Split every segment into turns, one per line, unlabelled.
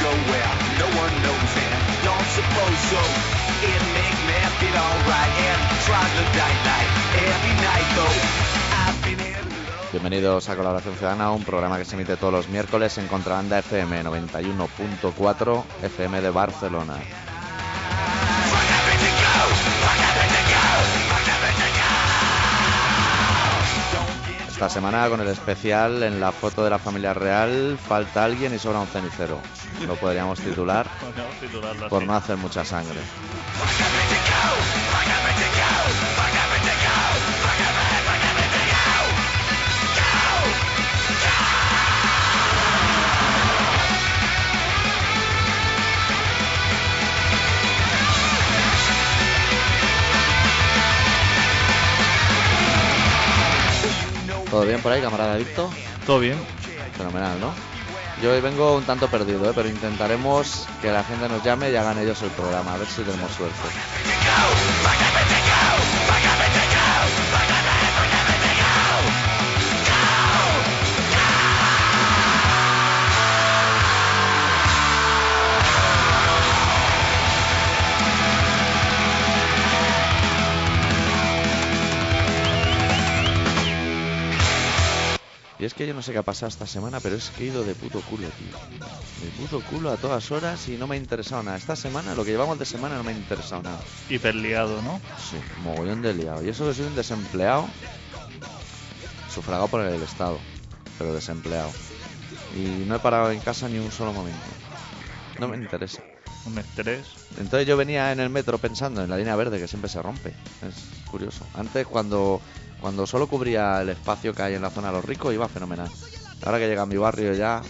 nowhere, no one knows and don't suppose so. It make math it alright and troglodyte life every night though. I've been in love.
Bienvenidos a Colaboración Ciudadana, un programa que se emite todos los miércoles en Contrabanda FM 91.4 FM de Barcelona.
Fuck everything goes, fuck everything goes, fuck everything goes. Don't get
Esta semana con el especial en la foto de la familia real, falta alguien y sobra un cenicero. Lo podríamos titular
Podríamos titularlo
por
así.
no hacer mucha sangre.
fuck everything goes, fuck everything goes, fuck everything goes, fuck everything, fuck everything goes.
¿Todo bien por ahí, camarada adicto?
Todo bien.
Fenomenal, ¿no? Yo hoy vengo un tanto perdido, ¿eh? pero intentaremos que la gente nos llame y hagan ellos el programa, a ver si tenemos suerte. Y es que yo no sé qué ha pasado esta semana, pero es que he ido de puto culo, tío. De puto culo a todas horas y no me ha interesado nada. Esta semana, lo que llevamos de semana, no me ha interesado nada.
Hiperliado, ¿no?
Sí, mogollón de liado. Y eso que soy un desempleado, sufragado por el Estado, pero desempleado. Y no he parado en casa ni un solo momento. No me interesa.
Un estrés.
Entonces yo venía en el metro pensando en la línea verde que siempre se rompe. Es curioso. Antes cuando, cuando solo cubría el espacio que hay en la zona de los ricos iba fenomenal. Ahora que llega a mi barrio ya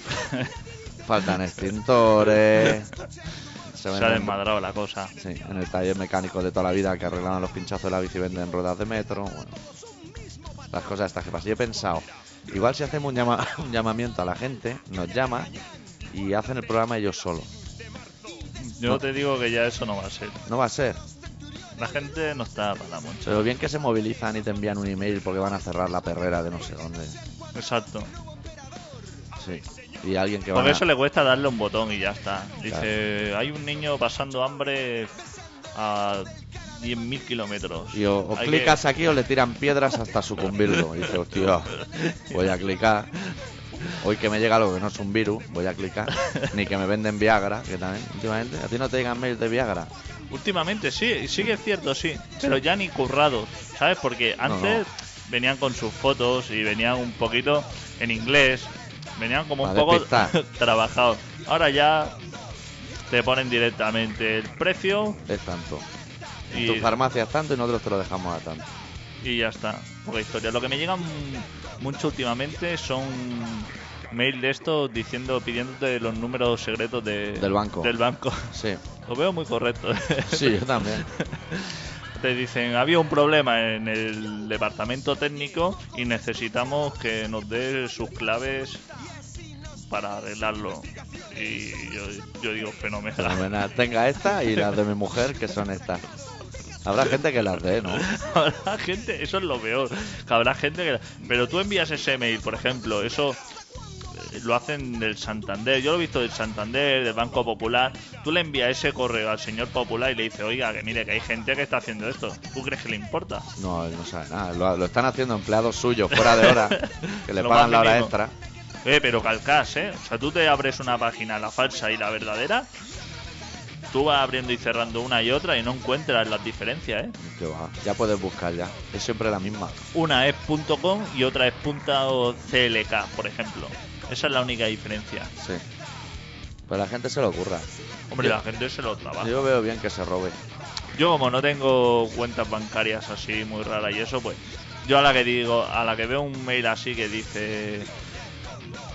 faltan extintores.
Se,
ven
ha
un-
desmadrado la cosa.
Sí, en el taller mecánico de toda la vida que arreglaban los pinchazos de la bici y venden ruedas de metro. bueno. las cosas estas que pasan. Yo he pensado, igual si hacemos un, llama- un llamamiento a la gente, nos llama y hacen el programa ellos solos.
Yo te digo que ya eso no va a ser.
No va a ser.
La gente no está para mucho.
Pero bien que se movilizan y te envían un email porque van a cerrar la perrera de no sé dónde.
Exacto.
Sí. Y alguien que va
Porque
a...
eso le cuesta darle un botón y ya está. Dice, hay un niño pasando hambre a 10.000 kilómetros.
Y o, o
Hay que-
clicas aquí o le tiran piedras hasta sucumbirlo. Y dices, hostia, voy a clicar. Hoy que me llega algo que no es un virus, voy a clicar. Ni que me venden Viagra, que también, últimamente. A ti no te llegan mails de Viagra.
Últimamente sí, sí que es cierto, sí. Pero ya ni currados, ¿sabes? Porque
No,
antes venían con sus fotos y venían un poquito en inglés. Venían como un
Para
poco
despistar.
trabajados. Ahora ya te ponen directamente el precio
Es tanto. En
y,
tus farmacias tanto y nosotros te lo dejamos a tanto.
y ya está. Poca historia. Lo que me llegan mucho últimamente son mail de estos diciendo, pidiéndote los números secretos de-
Del banco.
Del banco.
Sí.
Lo veo muy correcto.
Sí, yo también.
Te dicen, había un problema en el departamento técnico y necesitamos que nos dé sus claves para arreglarlo. Y yo, yo digo, fenomenal.
Fenomenal. Tenga esta y las de mi mujer, que son estas. Habrá gente que las dé, ¿no?
Habrá gente, eso es lo peor, que habrá gente que... Pero tú envías ese mail, por ejemplo, eso eh, lo hacen del Santander, yo lo he visto del Santander, del Banco Popular, tú le envías ese correo al señor Popular y le dices, oiga, que mire, que hay gente que está haciendo esto, ¿tú crees que le importa?
No, él no sabe nada. Lo, lo están haciendo empleados suyos fuera de hora, que le
Lo
pagan
más
la hora
mínimo.
extra.
Eh, pero calcás, ¿eh? O sea, tú te abres una página, la falsa y la verdadera. Tú vas abriendo y cerrando una y otra y no encuentras las diferencias, ¿eh?
Que va, ya puedes buscar ya. Es siempre la misma.
Una es .com y otra es .clk, por ejemplo. Esa es la única diferencia.
Sí. Pero la gente se lo ocurra.
Hombre,
Yo-
la gente se lo trabaja.
Yo veo bien que se robe.
Yo como no tengo cuentas bancarias así muy raras y eso, pues yo a la que digo, a la que veo un mail así que dice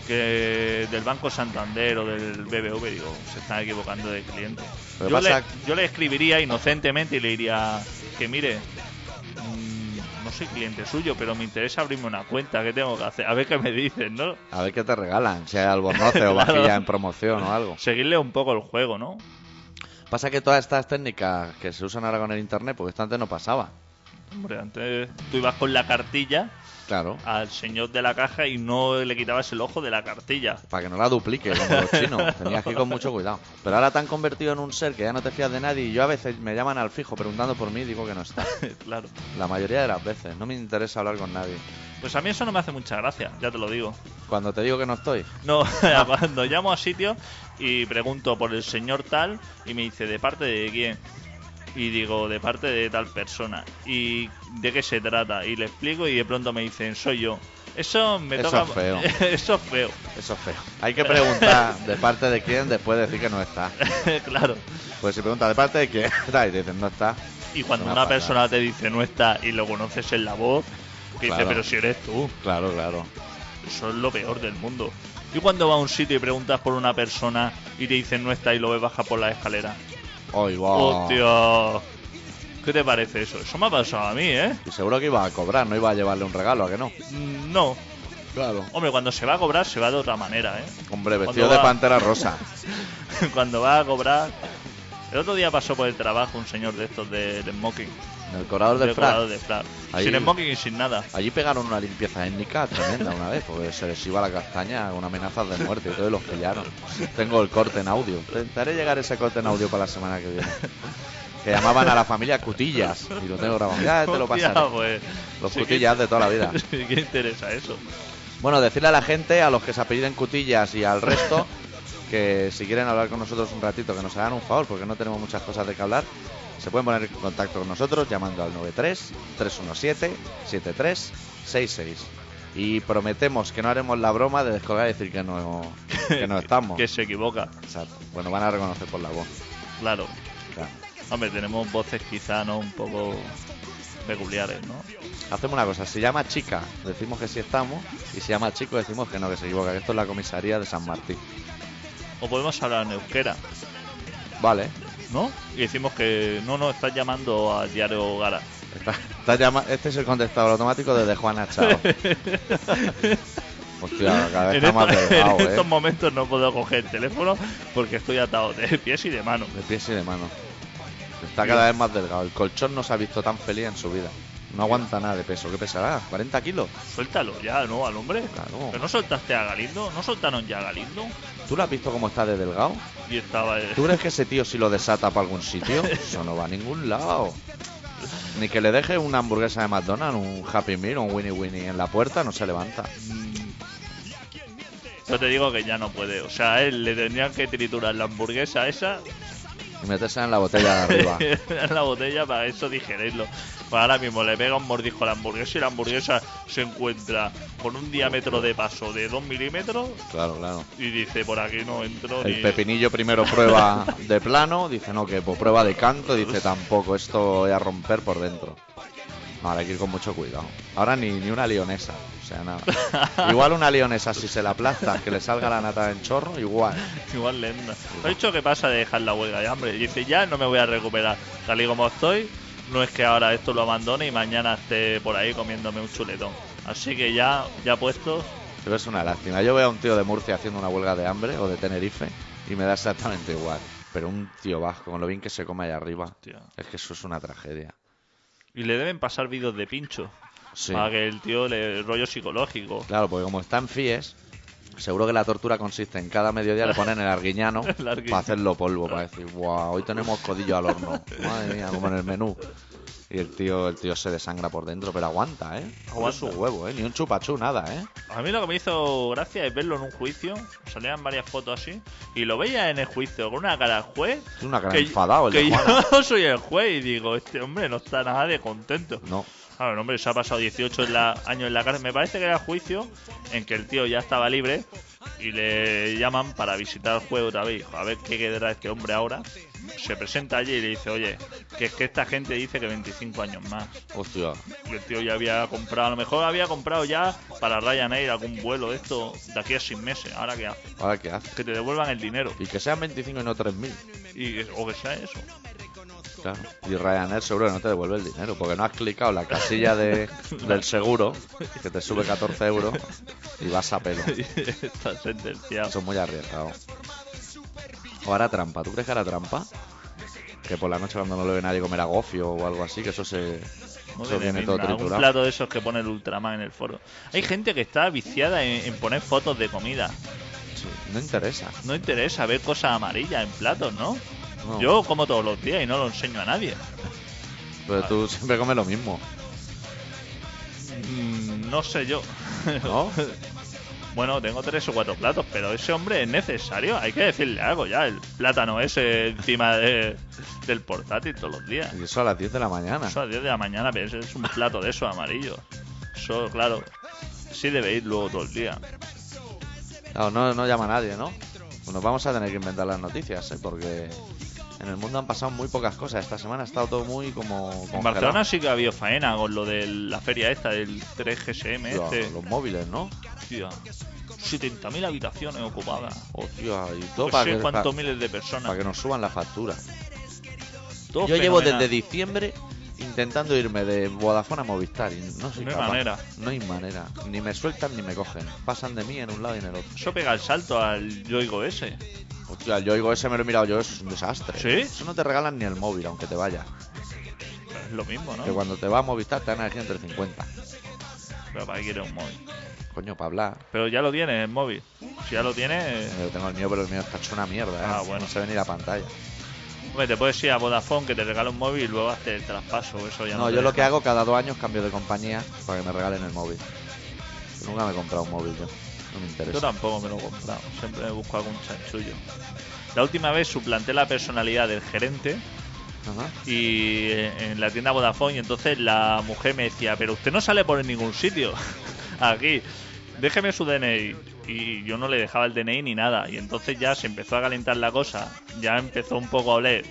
que del Banco Santander o del BBV, digo, se están equivocando de cliente.
Lo que
Yo,
pasa-
le, yo le escribiría inocentemente y le diría que mire, mm, no soy cliente suyo, pero me interesa abrirme una cuenta, ¿qué tengo que hacer? A ver qué me dicen, ¿no?
A ver qué te regalan, si hay albornoce o
Claro.
vajilla en promoción o algo.
Seguirle un poco el juego, ¿no?
Pasa que todas estas técnicas que se usan ahora con el internet, porque esto antes pues no pasaba.
Hombre, antes tú ibas con la cartilla
Claro.
al señor de la caja y no le quitabas el ojo de la cartilla.
Para que no la duplique, como los chinos. Tenías que ir con mucho cuidado. Pero ahora te han convertido en un ser que ya no te fías de nadie. Y yo a veces me llaman al fijo preguntando por mí y digo que no está.
claro.
La mayoría de las veces. No me interesa hablar con nadie.
Pues a mí eso no me hace mucha gracia, ya te lo digo.
Cuando te digo que no estoy,
No, cuando llamo a sitio y pregunto por el señor tal y me dice, ¿de parte de quién? Y digo, de parte de tal persona. ¿Y de qué se trata? Y le explico y de pronto me dicen, soy yo. Eso me
Eso
toca...
es feo.
Eso es feo.
eso es feo. Hay que preguntar de parte de quién después de decir que no está.
claro.
Pues si preguntas de parte de quién está y te dicen no está.
Y cuando
Una
una,
patada.
persona te dice no está y lo conoces en la voz, que
Claro.
dice, pero si eres tú,
Claro, claro.
eso es lo peor del mundo. Y cuando vas a un sitio y preguntas por una persona y te dicen no está y lo ves bajar por la escalera.
Hoy
¡Hostia! ¿Qué te parece eso? Eso me ha pasado a mí, ¿eh?
Y seguro que iba a cobrar, no iba a llevarle un regalo, ¿a que no?
Mm, No.
Claro.
Hombre, cuando se va a cobrar, se va de otra manera, ¿eh?
Hombre,
Cuando
vestido de
va-
pantera rosa.
cuando va a cobrar... El otro día pasó por el trabajo un señor de estos del smoking.
En el corredor del
decorado
frac.
de frac.
Ahí-
Sin smoking y sin nada.
Allí pegaron una limpieza étnica tremenda una vez, porque se les iba la castaña con amenazas de muerte y todo, y los pillaron. Tengo el corte en audio. Intentaré llegar ese corte en audio para la semana que viene. Que llamaban a la familia Cutillas, y lo tengo grabado. Ya te lo
Hostia,
pasaré.
pues,
Los
sí que-
cutillas de toda la vida.
sí que interesa eso?
Bueno, decirle a la gente, a los que se apelliden Cutillas y al resto, que si quieren hablar con nosotros un ratito, que nos hagan un favor, porque no tenemos muchas cosas de que hablar, se pueden poner en contacto con nosotros llamando al 93-317-7366. Y prometemos que no haremos la broma de descolgar y decir que no, que no estamos.
que se equivoca,
Exacto. Bueno, van a reconocer por la voz.
claro.
claro.
Hombre, tenemos voces quizá no un poco peculiares, ¿no?
Hacemos una cosa, si llama chica, decimos que sí estamos, y si llama chico, decimos que no, que se equivoca, que esto es la comisaría de San Martín.
O podemos hablar en euskera,
Vale,
¿no? Y decimos que no, no, estás llamando a Diario Gara.
Está- está llama- este es el contestador automático desde Juana Chao. Hostia, cada vez
en
está más
esto- en
delgado,
estos
¿eh?
momentos no puedo coger el teléfono porque estoy atado de pies y de manos.
De pies y de mano. Está cada vez más delgado. El colchón no se ha visto tan feliz en su vida. No aguanta nada de peso. ¿Qué pesará? ¿40 kilos?
Suéltalo ya, ¿no? Al hombre.
Claro.
Pero no soltaste a Galindo, no soltaron ya a Galindo.
¿Tú lo has visto cómo está de delgado?
Y estaba. eh,
¿Tú crees que ese tío si lo desata para algún sitio? Eso no va a ningún lado. Ni que le deje una hamburguesa de McDonald's, un Happy Meal, un Winnie Winnie en la puerta, no se levanta.
Yo te digo que ya no puede. O sea, a él le tendrían que triturar la hamburguesa esa
Y meterse en la botella de arriba.
en la botella para eso digerirlo. Pues ahora mismo le pega un mordisco a la hamburguesa y la hamburguesa se encuentra con un diámetro de paso de 2 milímetros
Claro, claro.
y dice por aquí no entro
El
ni-
pepinillo primero prueba de plano, dice no, que por prueba de canto, dice tampoco, esto voy a romper por dentro. Ahora hay que ir con mucho cuidado. Ahora ni, ni una leonesa, o sea, nada. Igual una leonesa, si se la aplasta, que le salga la nata en chorro, igual.
Igual le entra. Lo he dicho que pasa de dejar la huelga de hambre. Y dice, ya no me voy a recuperar. Tal y como estoy, no es que ahora esto lo abandone y mañana esté por ahí comiéndome un chuletón. Así que ya, ya puesto,
Pero es una lástima. Yo veo a un tío de Murcia haciendo una huelga de hambre o de Tenerife y me da exactamente igual. Pero un tío vasco, con lo bien que se come allá arriba,
Hostia.
es que eso es una tragedia.
y le deben pasar vídeos de pincho.
Sí.
Para que el tío le el rollo psicológico.
Claro, porque como está en FIES, seguro que la tortura consiste en cada mediodía le ponen el arguiñano
El arguiñano.
para hacerlo polvo, para decir, wow, hoy tenemos codillo al horno. Madre mía, como en el menú. Y el tío, el tío se desangra por dentro, pero aguanta, ¿eh?
Aguanta.
Aguanta su huevo, ¿eh? Ni un chupachú, nada, ¿eh?
A mí lo que me hizo gracia es verlo en un juicio. Salían varias fotos así. Y lo veía en el juicio con una cara de juez.
Es una cara
Que,
enfadado el
que
de Juana.
yo soy el juez y digo, este hombre no está nada de contento.
No,
Claro, el hombre se ha pasado 18 en la- años en la cárcel. Me parece que era juicio en que el tío ya estaba libre y le llaman para visitar el juez otra vez. Dijo, A ver qué quedará este hombre ahora. Se presenta allí y le dice, oye, que es que esta gente dice que 25 años más.
hostia.
Y el tío ya había comprado, a lo mejor había comprado ya para Ryanair algún vuelo de esto de aquí a 6 meses. Ahora que hace,
Ahora qué hace.
que te devuelvan el dinero.
Y que sean 25 y no 3.000.
Y, o que sea eso.
Claro. Y Ryanair seguro que no te devuelve el dinero, porque no has clicado la casilla de, del seguro, que te sube 14 euros, y vas a pelo.
Está sentenciado.
Eso es muy arriesgado. O hará trampa. ¿Tú crees que hará trampa? Que por la noche cuando no le ve nadie comer agofio o algo así, que eso se,
No
Eso
tiene
viene todo
pinta. Algún
triturado.
plato de esos que pone el Ultraman en el foro. Hay gente que está viciada en, en poner fotos de comida.
Sí, No interesa.
No interesa ver cosas amarillas en platos, ¿no?
No.
Yo como todos los días y no lo enseño a nadie.
Pero tú siempre comes lo mismo.
Mm, no sé yo.
¿No?
bueno, tengo tres o cuatro platos, pero ese hombre es necesario. Hay que decirle algo ya. El plátano ese encima de- del portátil todos los días.
Y eso a las 10 de la mañana.
Eso a 10 de la mañana, pero ese es un plato de esos amarillos. Eso, claro. Sí debe ir luego todo el día.
Claro, no, no llama a nadie, ¿no? Pues nos vamos a tener que inventar las noticias, ¿eh? Porque en el mundo han pasado muy pocas cosas. Esta semana ha estado todo muy como.
En
congelado.
Barcelona sí que ha habido faena con lo de la feria esta del 3GSM
Lo-
este.
Los móviles, ¿no?
Hostia, 70.000 habitaciones ocupadas.
Hostia, y todo
No
para,
sé
que,
cuántos
pa-
miles de
para
personas.
que nos suban la factura.
Todo
Yo llevo
fenomenal.
desde diciembre intentando irme de Vodafone a Movistar y no soy
No hay
capaz.
manera.
No hay manera. Ni me sueltan ni me cogen. Pasan de mí en un lado y en el otro.
Eso pega el salto al Yoigo ese.
Hostia, yo digo ese me lo he mirado yo, eso es un desastre.
¿Sí?
Eso no te regalan ni el móvil, aunque te vaya.
Es lo mismo, ¿no?
Que cuando te vas a Movistar te dan aquí entre 50.
Pero para qué quieres un móvil.
Coño, para hablar.
Pero ya lo tienes el móvil. Si ya lo tienes,
Yo tengo el mío, pero el mío está hecho una mierda. ¿eh?
Eh. Ah, bueno.
No se ve ni la pantalla.
hombre, te puedes ir a Vodafone que te regala un móvil y luego haces el traspaso. Eso ya no,
No,
te
yo lo
dejan.
que hago cada dos años cambio de compañía para que me regalen el móvil. Nunca me he comprado un móvil yo. No me
Yo
interesa.
tampoco me lo he comprado, siempre me busco algún chanchullo. La última vez suplanté la personalidad del gerente
Ajá.
y eh, en la tienda Vodafone y entonces la mujer me decía, pero usted no sale por ningún sitio aquí, déjeme su DNI. Y yo no le dejaba el DNI ni nada. Y entonces ya se empezó a calentar la cosa, ya empezó un poco a oler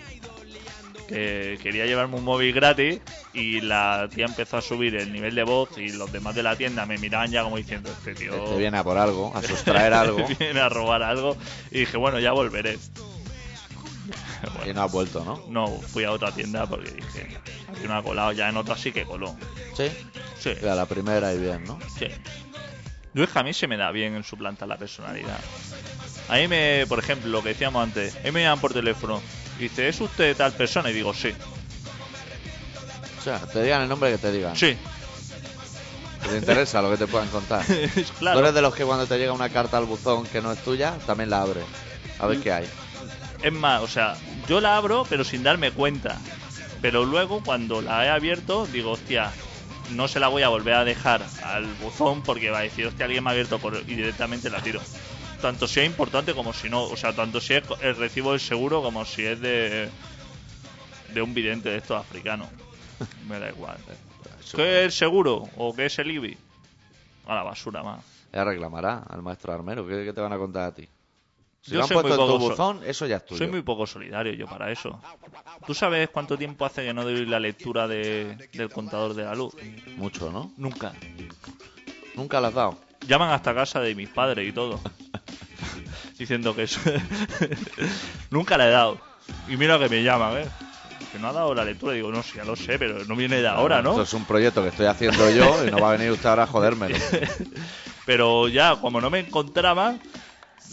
que quería llevarme un móvil gratis y la tía empezó a subir el nivel de voz y los demás de la tienda me miraban ya como diciendo, este tío...
Este viene a por algo, a sustraer algo
Viene a robar algo. Y dije, bueno, ya volveré.
y no has vuelto, ¿no?
No, fui a otra tienda porque dije, aquí no ha colado, ya en otra sí que coló.
Sí.
Sí,
Y a la primera y bien, ¿no?
sí. Yo es que a mí se me da bien en su planta la personalidad. A mí me, por ejemplo, lo que decíamos antes, a mí me llaman por teléfono. Dice, ¿es usted tal persona? Y digo, sí,
O sea, te digan el nombre que te digan.
sí.
Que Te interesa lo que te puedan contar. Tú
claro.
eres de los que cuando te llega una carta al buzón que no es tuya, también la abres. A
Mm.
ver qué hay.
Es más, o sea, yo la abro pero sin darme cuenta. Pero luego cuando la he abierto digo, hostia, no se la voy a volver a dejar al buzón porque va a decir, hostia, alguien me ha abierto correo y directamente la tiro. Tanto si es importante como si no. O sea, tanto si es co- el recibo del seguro como si es de, de un vidente de estos africanos. Me da igual. ¿Qué es el seguro? ¿O qué es el IBI? A la basura más.
Ya reclamará al maestro armero. ¿Qué, qué te van a contar a ti? Si
Yo
lo han
soy muy
puesto en tu
poco so-
buzón, eso ya es tuyo.
Soy muy poco solidario yo para eso. ¿Tú sabes cuánto tiempo hace que no doy la lectura de- del contador de la luz?
Mucho, ¿no?
Nunca.
Nunca la has dado.
Llaman hasta casa de mis padres y todo. Diciendo que eso... Nunca la he dado. Y mira que me llaman, ¿eh? Que no ha dado la lectura. Digo, no, sí, ya lo sé, pero no viene de ahora, ¿no?
Esto es un proyecto que estoy haciendo yo y no va a venir usted ahora a jodérmelo.
Pero ya, como no me encontraba,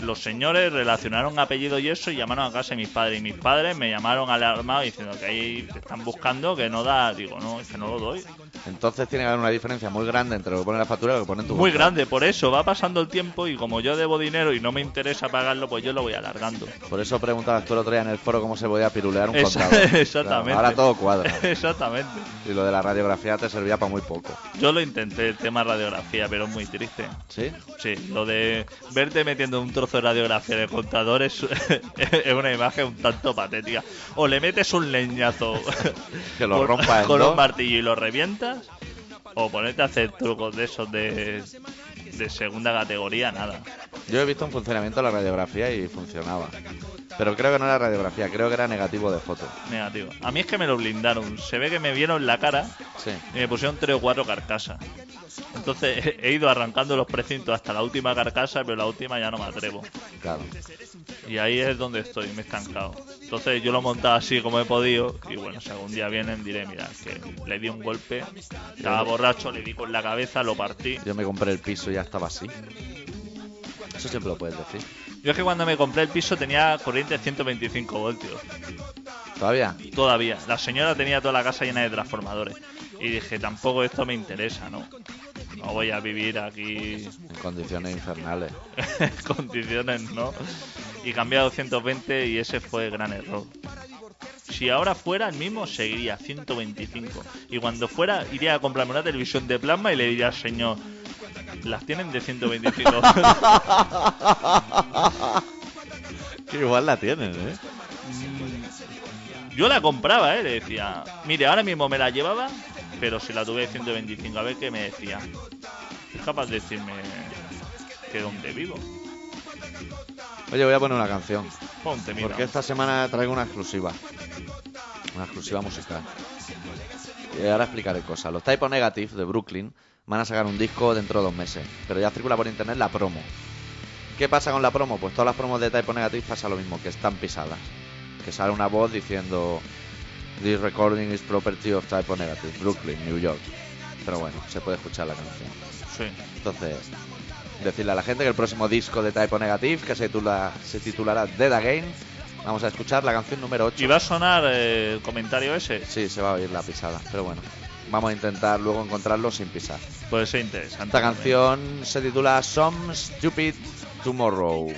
los señores relacionaron apellido y eso y llamaron a casa de mis padres. Y mis padres me llamaron alarmados diciendo que ahí te están buscando, que no da. Digo, no, es que no lo doy.
Entonces tiene que haber una diferencia muy grande entre lo que pone en la factura y lo que pone en tu
Muy
buzón.
grande, por eso va pasando el tiempo y como yo debo dinero y no me interesa pagarlo, pues yo lo voy alargando.
Por eso preguntabas tú el otro día en el foro cómo se podía pirulear un
Esa-
contador.
exactamente.
Claro, ahora todo cuadra.
Exactamente.
Y lo de la radiografía te servía para muy poco.
Yo lo intenté, el tema radiografía, pero es muy triste.
¿Sí?
Sí, lo de verte metiendo un trozo de radiografía en el contador es, es una imagen un tanto patética. O le metes un leñazo
Que lo
con-
rompa en
con
dos.
un martillo y lo revientas, o ponerte a hacer trucos de esos de, de segunda categoría, nada.
Yo he visto en funcionamiento la radiografía y funcionaba. Pero creo que no era radiografía, creo que era negativo de foto.
Negativo. A mí es que me lo blindaron. Se ve que me vieron la cara
Sí.
y me pusieron tres o cuatro carcasas. Entonces he ido arrancando los precintos hasta la última carcasa, pero la última ya no me atrevo.
Claro.
Y ahí es donde estoy, me he estancado. Entonces yo lo he montado así como he podido. Y bueno, si algún día vienen, diré: Mira, que le di un golpe, estaba borracho, le di con la cabeza, lo partí.
Yo me compré el piso y ya estaba así. Eso siempre lo puedes decir.
Yo es que cuando me compré el piso tenía corriente de 125 voltios.
¿Todavía?
Todavía. La señora tenía toda la casa llena de transformadores. Y dije, tampoco esto me interesa, ¿no? No voy a vivir aquí
En condiciones infernales.
condiciones, ¿no? Y cambié a 220 y ese fue el gran error. Si ahora fuera el mismo, seguiría 125. Y cuando fuera, iría a comprarme una televisión de plasma y le diría al señor, las tienen de 125.
Que igual la tienen, ¿eh?
Yo la compraba, ¿eh? Le decía, mire, ahora mismo me la llevaba, pero si la tuve de 125, a ver qué me decía. Es capaz de decirme que dónde vivo.
Oye, voy a poner una canción.
Ponte, mira.
Porque esta semana traigo una exclusiva. Una exclusiva musical. Y ahora explicaré cosas. Los Type O Negative de Brooklyn van a sacar un disco dentro de dos meses. Pero ya circula por internet la promo. ¿Qué pasa con la promo? Pues todas las promos de Type O Negative pasa lo mismo, que están pisadas. Que sale una voz diciendo This recording is property of Type O Negative, Brooklyn, New York. Pero bueno, se puede escuchar la canción.
Sí.
Entonces, decirle a la gente que el próximo disco de Type O Negative, que se, titula, se titulará Dead Again, vamos a escuchar la canción número 8.
Y va a sonar eh, el comentario ese.
Sí, se va a oír la pisada, pero bueno. Vamos a intentar luego encontrarlo sin pisar.
Puede ser interesante.
Esta
también.
canción se titula Some Stupid Tomorrow.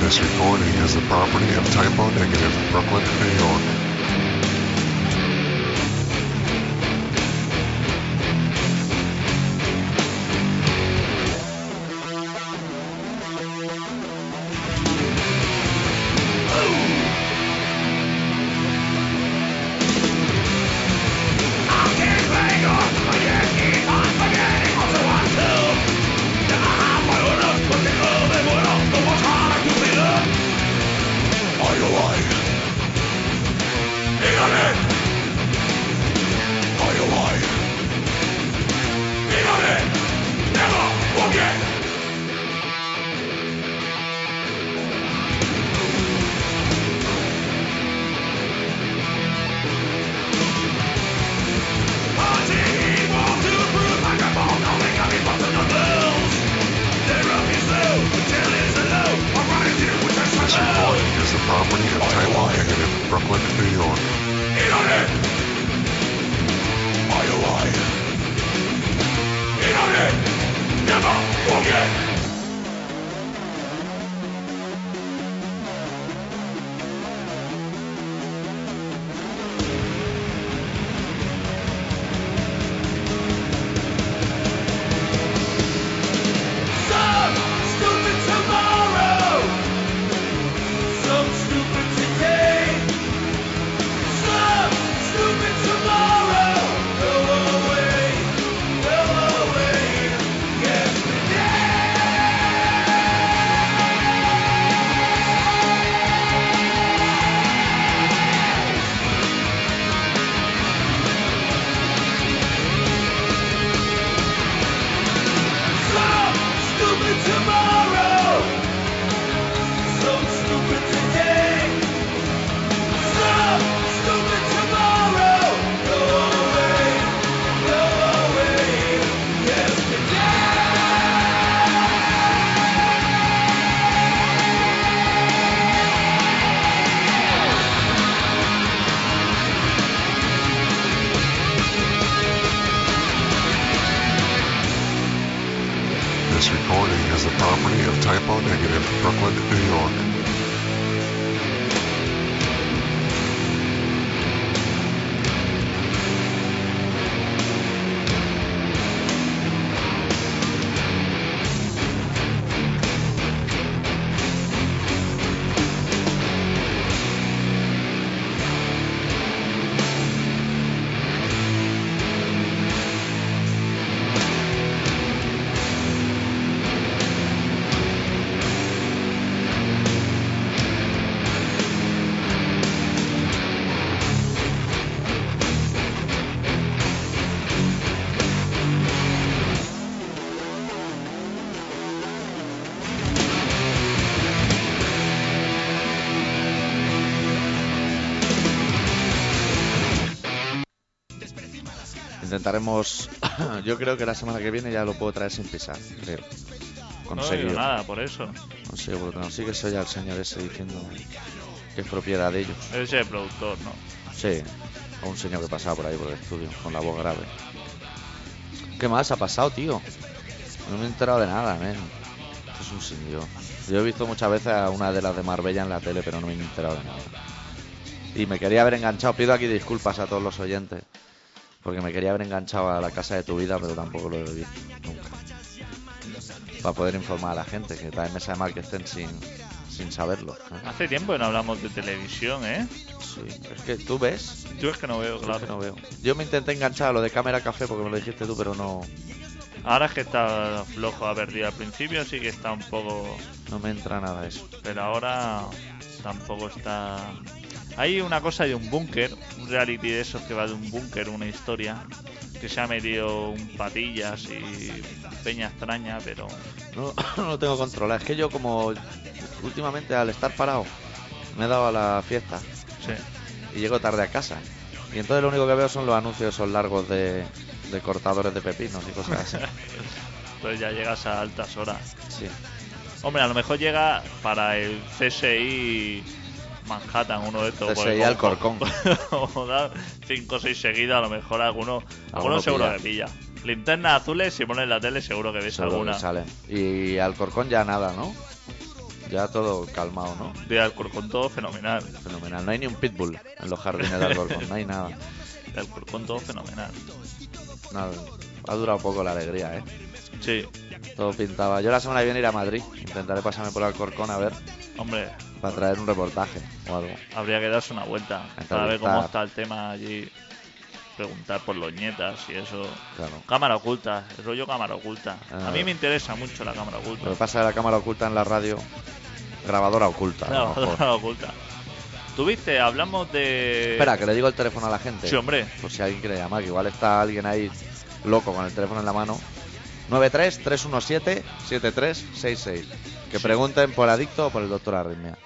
This recording is the property of Typo Negative, Brooklyn, New York. This recording is the property of Typo Negative, Brooklyn, New York.
Some stupid tomorrow. Some stupid today. Some stupid tomorrow. Go away. Go away. Yesterday. Some stupid tomorrow. Some stupid today. Some stupid tomorrow. Go away. Go away. Yesterday.
This recording is the property of Typo Negative, Brooklyn, New York.
Intentaremos. Yo creo que la semana que viene ya lo puedo traer sin pisar, creo.
No digo
Conseguido.
nada, por eso.
Consigo, porque consigue eso ya el señor ese diciendo que es propiedad de ellos.
Ese es el productor, ¿no?
Sí, a un señor que pasaba por ahí por el estudio con la voz grave. ¿Qué más ha pasado, tío? No me he enterado de nada, men. Esto es un sin Dios. Yo he visto muchas veces a una de las de Marbella en la tele, pero no me he enterado de nada. Y me quería haber enganchado. Pido aquí disculpas a todos los oyentes. Porque me quería haber enganchado a la casa de tu vida, pero tampoco lo he visto nunca. Para poder informar a la gente, que también me sabe mal que estén sin, sin saberlo. ¿eh?
Hace tiempo que no hablamos de televisión, ¿eh?
Sí. Es que tú ves
Yo es que no veo,
Claro que
claro.
no veo. Yo me intenté enganchar a lo de cámara café porque me lo dijiste tú, pero no,
Ahora es que está flojo a perdido al principio, sí que está un poco.
no me entra nada eso.
Pero ahora tampoco está. Hay una cosa de un búnker, un reality de esos que va de un búnker, una historia, que se ha metido un patillas y peña extraña, pero.
No, no lo tengo controlado. Es que yo como últimamente al estar parado me he dado a la fiesta
Sí.
y llego tarde a casa. Y entonces lo único que veo son los anuncios esos largos de, de cortadores de pepinos y cosas así.
Entonces ya llegas a altas horas.
Sí.
Hombre, a lo mejor llega para el CSI Manhattan, uno de estos.
CSI
porque
Alcorcón.
como- como da cinco o seis seguidas, a lo mejor alguno, alguno,
Alguno
seguro
pilla.
que pilla. Linternas azules, si pones la tele, seguro que ves
Seguro que
alguna.
salen. Y Alcorcón ya nada, ¿no? Ya todo calmado, ¿no?
De Alcorcón todo fenomenal.
Fenomenal. No hay ni un pitbull en los jardines de Alcorcón. No hay nada.
De Alcorcón todo fenomenal.
Nada. Ha durado poco la alegría, ¿eh?
Sí,
Todo pintaba. Yo la semana que viene iré a Madrid. Intentaré pasarme por Alcorcón a ver
hombre,
para traer un reportaje o algo.
habría que darse una vuelta para ver cómo está el tema allí. Preguntar por los nietas y eso.
Claro.
Cámara oculta, el rollo cámara oculta.
Ah.
A mí me interesa mucho la cámara
Lo
oculta.
que pasa es la cámara oculta en la radio. Grabadora oculta. a lo
La
mejor.
cámara oculta. Tuviste, hablamos de.
Espera, que le digo el teléfono a la gente.
Sí, hombre.
Por si alguien quiere llamar, que igual está alguien ahí loco con el teléfono en la mano. 93-317-7366. Que pregunten por adicto o por el doctor Arritmia.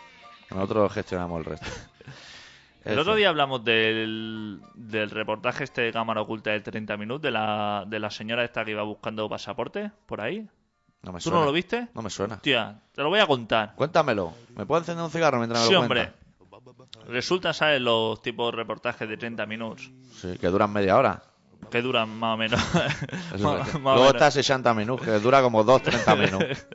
Nosotros gestionamos el resto.
El otro día hablamos del, del reportaje este de cámara oculta de 30 minutos de la, de la señora esta que iba buscando pasaporte por ahí.
No me
¿Tú
suena.
no lo viste?
No me suena.
Hostia, te lo voy a contar.
Cuéntamelo. ¿Me puedo encender un cigarro mientras me
Sí,
lo
hombre.
cuentas?
Resulta, ¿sabes? Los tipos de reportajes de 30 minutos,
Sí, que duran media hora.
que duran más o menos.
Eso es
más-
verdad.
más o
Luego
menos.
está 60 minutos, que dura como 2-30 minutos.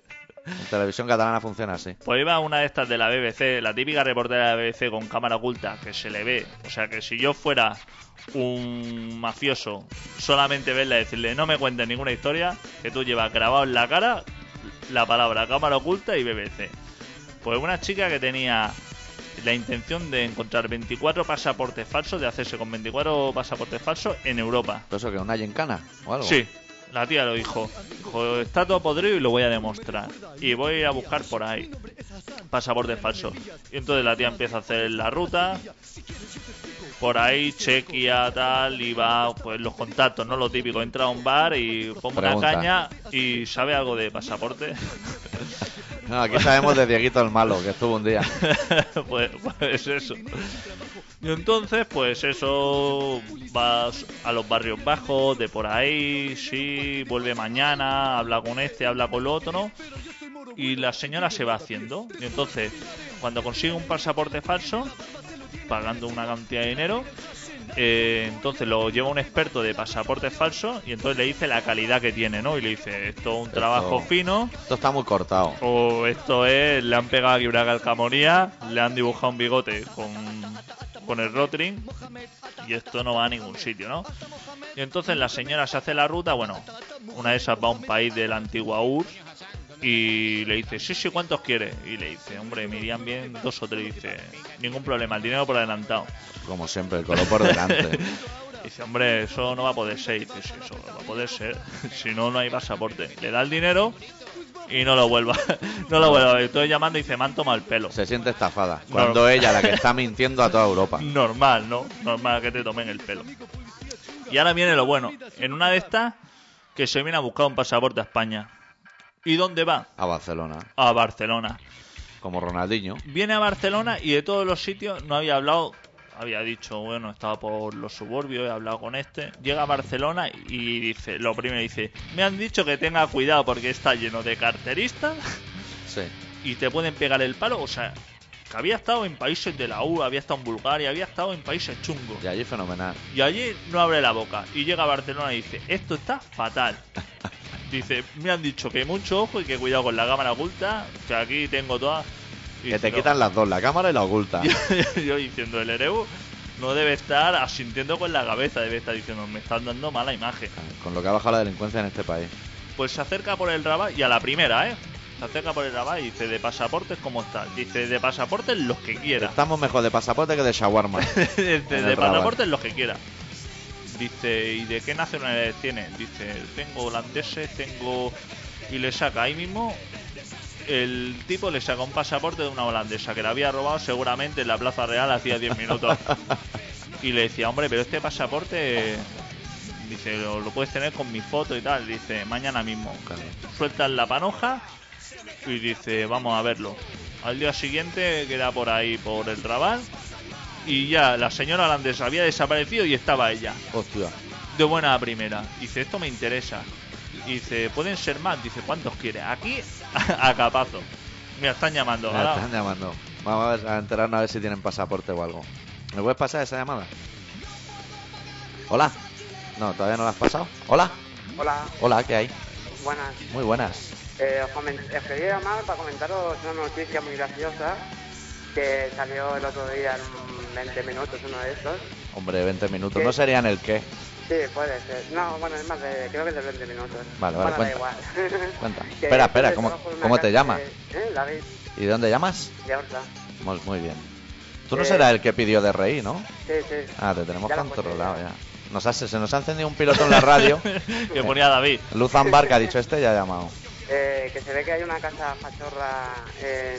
En televisión catalana funciona así.
Pues iba una de estas de la BBC, la típica reportera de la BBC con cámara oculta, que se le ve. O sea, que si yo fuera un mafioso, solamente verla y decirle, no me cuentes ninguna historia, que tú llevas grabado en la cara la palabra cámara oculta y BBC. Pues una chica que tenía la intención de encontrar 24 pasaportes falsos, de hacerse con 24 pasaportes falsos en Europa.
Pero eso que una yencana o algo.
Sí, la tía lo dijo. Dijo, está todo podrido y lo voy a demostrar. Y voy a buscar por ahí. Pasaporte falso. Y entonces la tía empieza a hacer la ruta. Por ahí, Chequia, tal, y va, pues los contactos, ¿no? Lo típico, entra a un bar y pongo una
Pregunta.
caña y sabe algo de pasaporte.
No, aquí sabemos de Dieguito el Malo, que estuvo un día.
pues, pues eso. Y entonces, pues eso, vas a los barrios bajos, de por ahí, sí, vuelve mañana, habla con este, habla con el otro, ¿no? Y la señora se va haciendo. Y entonces, cuando consigue un pasaporte falso, pagando una cantidad de dinero, eh, entonces lo lleva un experto de pasaportes falsos y entonces le dice la calidad que tiene, ¿no? Y le dice, esto es un trabajo fino,
Esto está muy cortado.
o esto es, le han pegado aquí una calcamonía, le han dibujado un bigote con, con el rotring y esto no va a ningún sitio, ¿no? Y entonces la señora se hace la ruta, bueno, una de esas va a un país de la antigua URSS y le dice, sí, sí, ¿cuántos quieres? Y le dice, hombre, me irían bien dos o tres. Y dice, ningún problema, el dinero por adelantado.
Como siempre, el color por delante.
Dice, hombre, eso no va a poder ser. Y Dice, sí, eso no va a poder ser. Si no, no hay pasaporte. Le da el dinero y no lo vuelva. No lo vuelva. Estoy llamando y dice, me han tomado el pelo.
Se siente estafada. Cuando
No.
ella, la que está mintiendo a toda Europa.
Normal, ¿no? Normal que te tomen el pelo. Y ahora viene lo bueno. En una de estas, que se viene a buscar un pasaporte a España. ¿Y dónde va?
A Barcelona.
A Barcelona.
Como Ronaldinho.
Viene a Barcelona y de todos los sitios no había hablado había dicho, bueno, estaba por los suburbios, he hablado con este. Llega a Barcelona y dice, lo primero dice, me han dicho que tenga cuidado porque está lleno de carteristas
Sí.
y te pueden pegar el palo. O sea, que había estado en países de la U, había estado en Bulgaria, había estado en países chungos.
Y allí fenomenal.
Y allí no abre la boca. Y llega a Barcelona y dice, esto está fatal. Dice, me han dicho que mucho ojo y que cuidado con la cámara oculta, que aquí tengo todas. Y
Que te
dice,
quitan las dos, la cámara y la oculta.
yo, yo diciendo, el Ereu no debe estar asintiendo con la cabeza, debe estar diciendo, me están dando mala imagen.
Con lo que ha bajado la delincuencia en este país.
Pues se acerca por el Rabat y a la primera, ¿eh? Se acerca por el Rabat y dice, de pasaportes, ¿cómo está? Dice, de pasaportes los que quiera.
Estamos mejor de pasaporte que de shawarma.
Dice,
En
de
el Rabat.
pasaportes los que quiera. Dice, ¿y de qué nacionalidades tiene? Dice, tengo holandeses, tengo... Y le saca ahí mismo... El tipo le saca un pasaporte de una holandesa que la había robado seguramente en la Plaza Real hacía 10 minutos. Y le decía, hombre, pero este pasaporte, dice, lo, lo puedes tener con mi foto y tal. Dice, mañana mismo.
Claro.
Sueltan la panoja y dice, vamos a verlo. Al día siguiente queda por ahí, por el rabal. Y ya, la señora holandesa había desaparecido y estaba ella.
Hostia.
De buena a primera. Dice, esto me interesa. Dice, pueden ser más. Dice, ¿cuántos quieres? Aquí, a capazo. Mira, están llamando.
Me
ahora-
están llamando. Vamos a, ver, a enterarnos a ver si tienen pasaporte o algo. ¿Me puedes pasar esa llamada? Hola. No, todavía no la has pasado. Hola.
Hola,
Hola, ¿qué hay?
buenas.
Muy buenas.
Eh, os, comen- os quería llamar para comentaros una noticia muy graciosa que salió el otro día en 20 minutos, uno de estos.
Hombre, 20 minutos.
¿Qué?
No serían el qué.
Sí, puede ser. No, bueno, es más de, creo que es de 20 minutos.
Vale, vale,
bueno, da
cuenta.
igual.
Cuenta.
Que
Espera, espera,
yo
¿cómo-
trabajo en una
cómo te
casa
llama?
de- ¿Eh? David,
¿Y de dónde llamas?
de Horta.
Muy, muy bien. Tú no
Eh,
serás el que pidió de reír, ¿no?
Sí, sí.
Ah, te tenemos
ya lo
controlado
conté,
ya. Nos ha- se nos ha encendido un piloto en la radio.
que ponía David.
Luz Ambar, que ha dicho este, ya ha llamado.
Eh, que se ve que hay una casa fachorra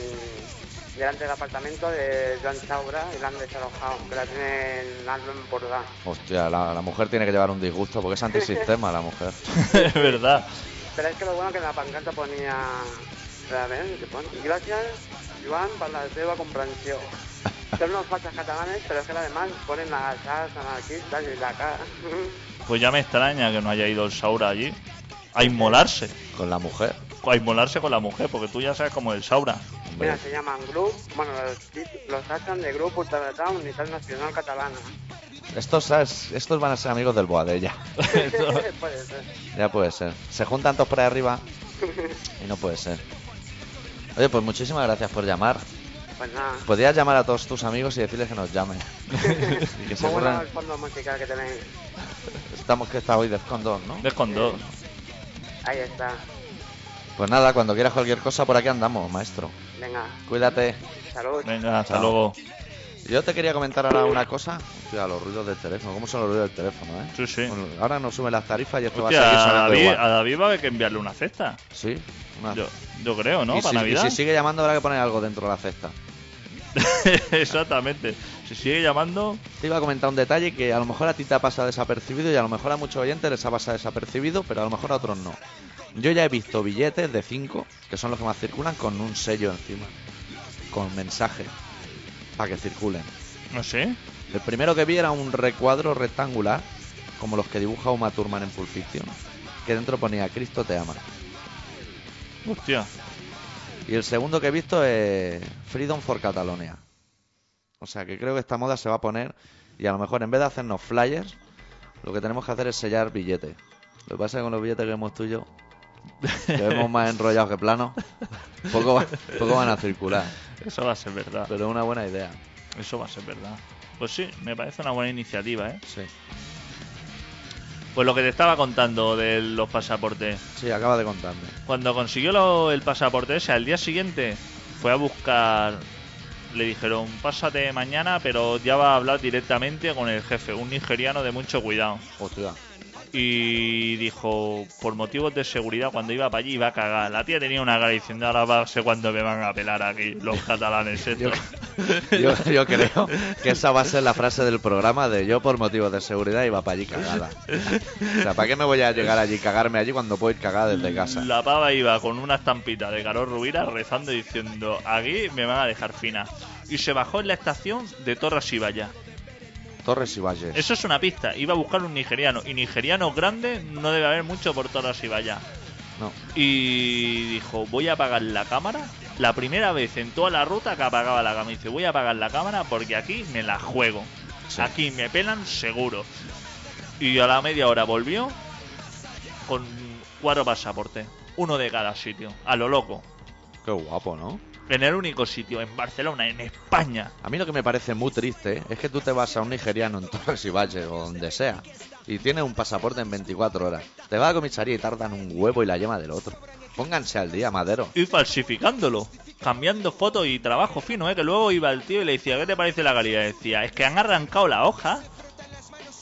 en- delante del apartamento de Joan Saura y la han desalojado, que la tienen en Bordá.
Hostia, la, la mujer tiene que llevar un disgusto porque es antisistema la mujer.
es verdad.
Pero es que lo bueno que en la pancarta ponía... A ver, ¿qué pone? Gracias, Joan, per la teva comprensió. Són unos fachas catalanes, pero es que además ponen las as anarquistas y la cara.
Pues ya me extraña que no haya ido el Saura allí. A inmolarse.
Con la mujer.
A inmolarse con la mujer, porque tú ya sabes cómo es el Saura.
Hombre.
Mira, se llaman Grup, bueno, los, tit- los tachan de Grup Ultradetà Unitat Nacional Catalana.
Estos, ¿sabes? Estos van a ser amigos del Boadella.
Puede ser.
Ya puede ser. Se juntan todos para arriba y no puede ser. Oye, pues muchísimas gracias por llamar.
Pues nada.
Podrías llamar a todos tus amigos y decirles que nos llamen. y que se
Muy bueno
borran.
el fondo musical que tenéis.
Estamos que está hoy Defcon 2, ¿no?
Ves con dos.
Ahí está.
Pues nada, cuando quieras cualquier cosa, por aquí andamos, maestro.
Venga,
Cuídate.
salud.
Venga, hasta
Chao.
luego.
Yo te quería comentar ahora una cosa. Hostia, los ruidos del teléfono. ¿Cómo son los ruidos del teléfono, eh?
Sí, sí.
Bueno, ahora nos suben las tarifas y esto
Hostia,
va a seguir
a,
sonando
David,
igual.
a David va a haber que enviarle una cesta.
Sí. una-
Yo, yo creo, ¿no?
y,
Para
si, y
Navidad.
si sigue llamando, habrá que poner algo dentro de la cesta.
Exactamente. Si sigue llamando,
Te iba a comentar un detalle que a lo mejor a ti te ha pasado desapercibido y a lo mejor a muchos oyentes les ha pasado desapercibido, pero a lo mejor a otros no. Yo ya he visto billetes de 5, que son los que más circulan, con un sello encima, con mensaje, para que circulen.
no sé.
El primero que vi era un recuadro rectangular, como los que dibuja Uma Thurman en Pulp Fiction, que dentro ponía Cristo te ama.
Hostia.
Y el segundo que he visto es Freedom for Catalonia. O sea que creo que esta moda se va a poner y a lo mejor en vez de hacernos flyers, lo que tenemos que hacer es sellar billetes. Lo que pasa es que con los billetes que vemos tuyos, que vemos más enrollados que planos, poco, va- poco van a circular.
Eso va a ser verdad.
Pero es una buena idea.
Eso va a ser verdad. Pues sí, me parece una buena iniciativa, ¿eh?
Sí.
Pues lo que te estaba contando de los pasaportes.
Sí, acaba de contarme.
Cuando consiguió lo- el pasaporte ese, al día siguiente fue a buscar. Le dijeron, pásate mañana, pero ya va a hablar directamente con el jefe, un nigeriano de mucho cuidado.
Hostia.
Y dijo, por motivos de seguridad, cuando iba para allí iba a cagar. La tía tenía una cara diciendo, ahora va a ser cuando me van a pelar aquí los catalanes estos".
Yo, yo creo que esa va a ser la frase del programa de yo por motivos de seguridad iba para allí cagada. O sea, ¿para qué me voy a llegar allí cagarme allí cuando puedo ir cagada desde casa?
La pava iba con una estampita de Carol Rubira rezando y diciendo, aquí me van a dejar fina. Y se bajó en la estación de Torres y Valla.
Torres y Valle.
Eso es una pista. Iba a buscar un nigeriano. Y nigeriano grande no debe haber mucho por todas y vaya.
No.
Y dijo, voy a apagar la cámara. La primera vez en toda la ruta que apagaba la cámara. Dice, voy a apagar la cámara porque aquí me la juego.
Sí.
Aquí me pelan seguro. Y a la media hora volvió con cuatro pasaportes. Uno de cada sitio. A lo loco.
Qué guapo, ¿no?
En el único sitio, en Barcelona, en España.
A mí lo que me parece muy triste es que tú te vas a un nigeriano en Torres y Valle o donde sea y tienes un pasaporte en 24 horas. Te vas a comisaría y tardan un huevo y la yema del otro. Pónganse al día, madero.
Y falsificándolo. Cambiando fotos y trabajo fino, ¿eh? Que luego iba el tío y le decía, ¿qué te parece la calidad? Y decía, es que han arrancado la hoja.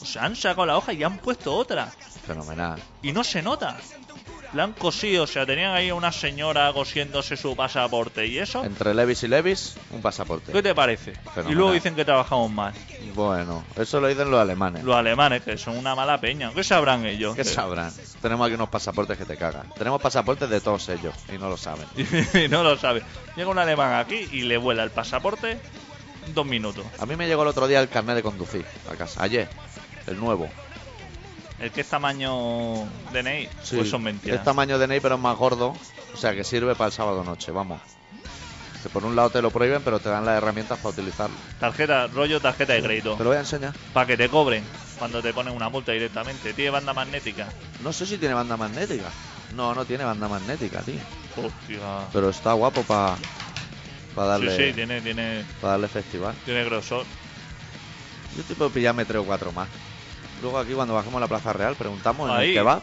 O sea, han sacado la hoja y han puesto otra.
Fenomenal.
y no se nota. La han cosido, o sea, tenían ahí una señora cosiéndose su pasaporte y eso.
Entre Levis y Levis, un pasaporte.
¿Qué te parece?
Fenomenal.
Y luego dicen que trabajamos mal.
Bueno, eso lo dicen los alemanes.
Los alemanes, que son una mala peña. ¿Qué sabrán ellos?
¿Qué sabrán? Tenemos aquí unos pasaportes que te cagan. Tenemos pasaportes de todos ellos y no lo saben.
Y no lo saben. Llega un alemán aquí y le vuela el pasaporte en dos minutos.
A mí me llegó el otro día el carnet de conducir a casa. Ayer, el nuevo.
¿El que es tamaño DNI?
Sí,
Pues son mentiras.
Es tamaño de Ney, pero es más gordo. O sea, que sirve para el sábado noche, vamos. Que por un lado te lo prohíben, pero te dan las herramientas para utilizarlo.
Tarjeta, rollo tarjeta de crédito.
Te lo voy a enseñar.
Para que te cobren cuando te ponen una multa directamente. Tiene banda magnética.
No sé si tiene banda magnética. No, no tiene banda magnética, tío.
Hostia.
Pero está guapo para darle,
Sí, sí, tiene, tiene,
pa' darle festival.
tiene grosor.
Yo te puedo pillarme tres o cuatro más. Luego aquí cuando bajemos a la Plaza Real preguntamos en
Ahí.
el que va.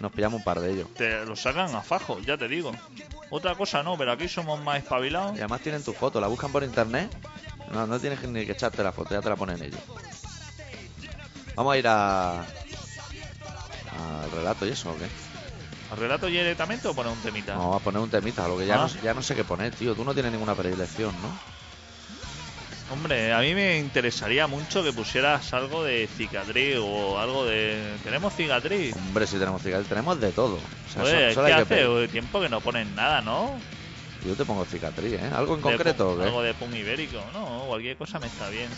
Nos pillamos un par de ellos.
te lo sacan a fajo, ya te digo. Otra cosa no, pero aquí somos más espabilados.
Y además tienen tu foto, la buscan por internet. No, no tienes ni que echarte la foto, ya te la ponen ellos. Vamos a ir a. al relato y eso, ¿o qué?
¿Al relato directamente o poner un temita?
Vamos a poner un temita, lo que ya,
Ah.
no, ya no sé qué poner, tío. Tú no tienes ninguna predilección, ¿no?
Hombre, a mí me interesaría mucho que pusieras algo de cicatriz o algo de... ¿Tenemos cicatriz?
Hombre, si tenemos cicatriz, tenemos de todo. O sea,
Joder,
so- solo
¿qué
hay que
hace
pedir.
tiempo que no ponen nada, no?
Yo te pongo cicatriz, ¿eh? ¿Algo en
De
concreto?
pu-
o qué?
Algo de pun ibérico, no, cualquier cosa me está bien.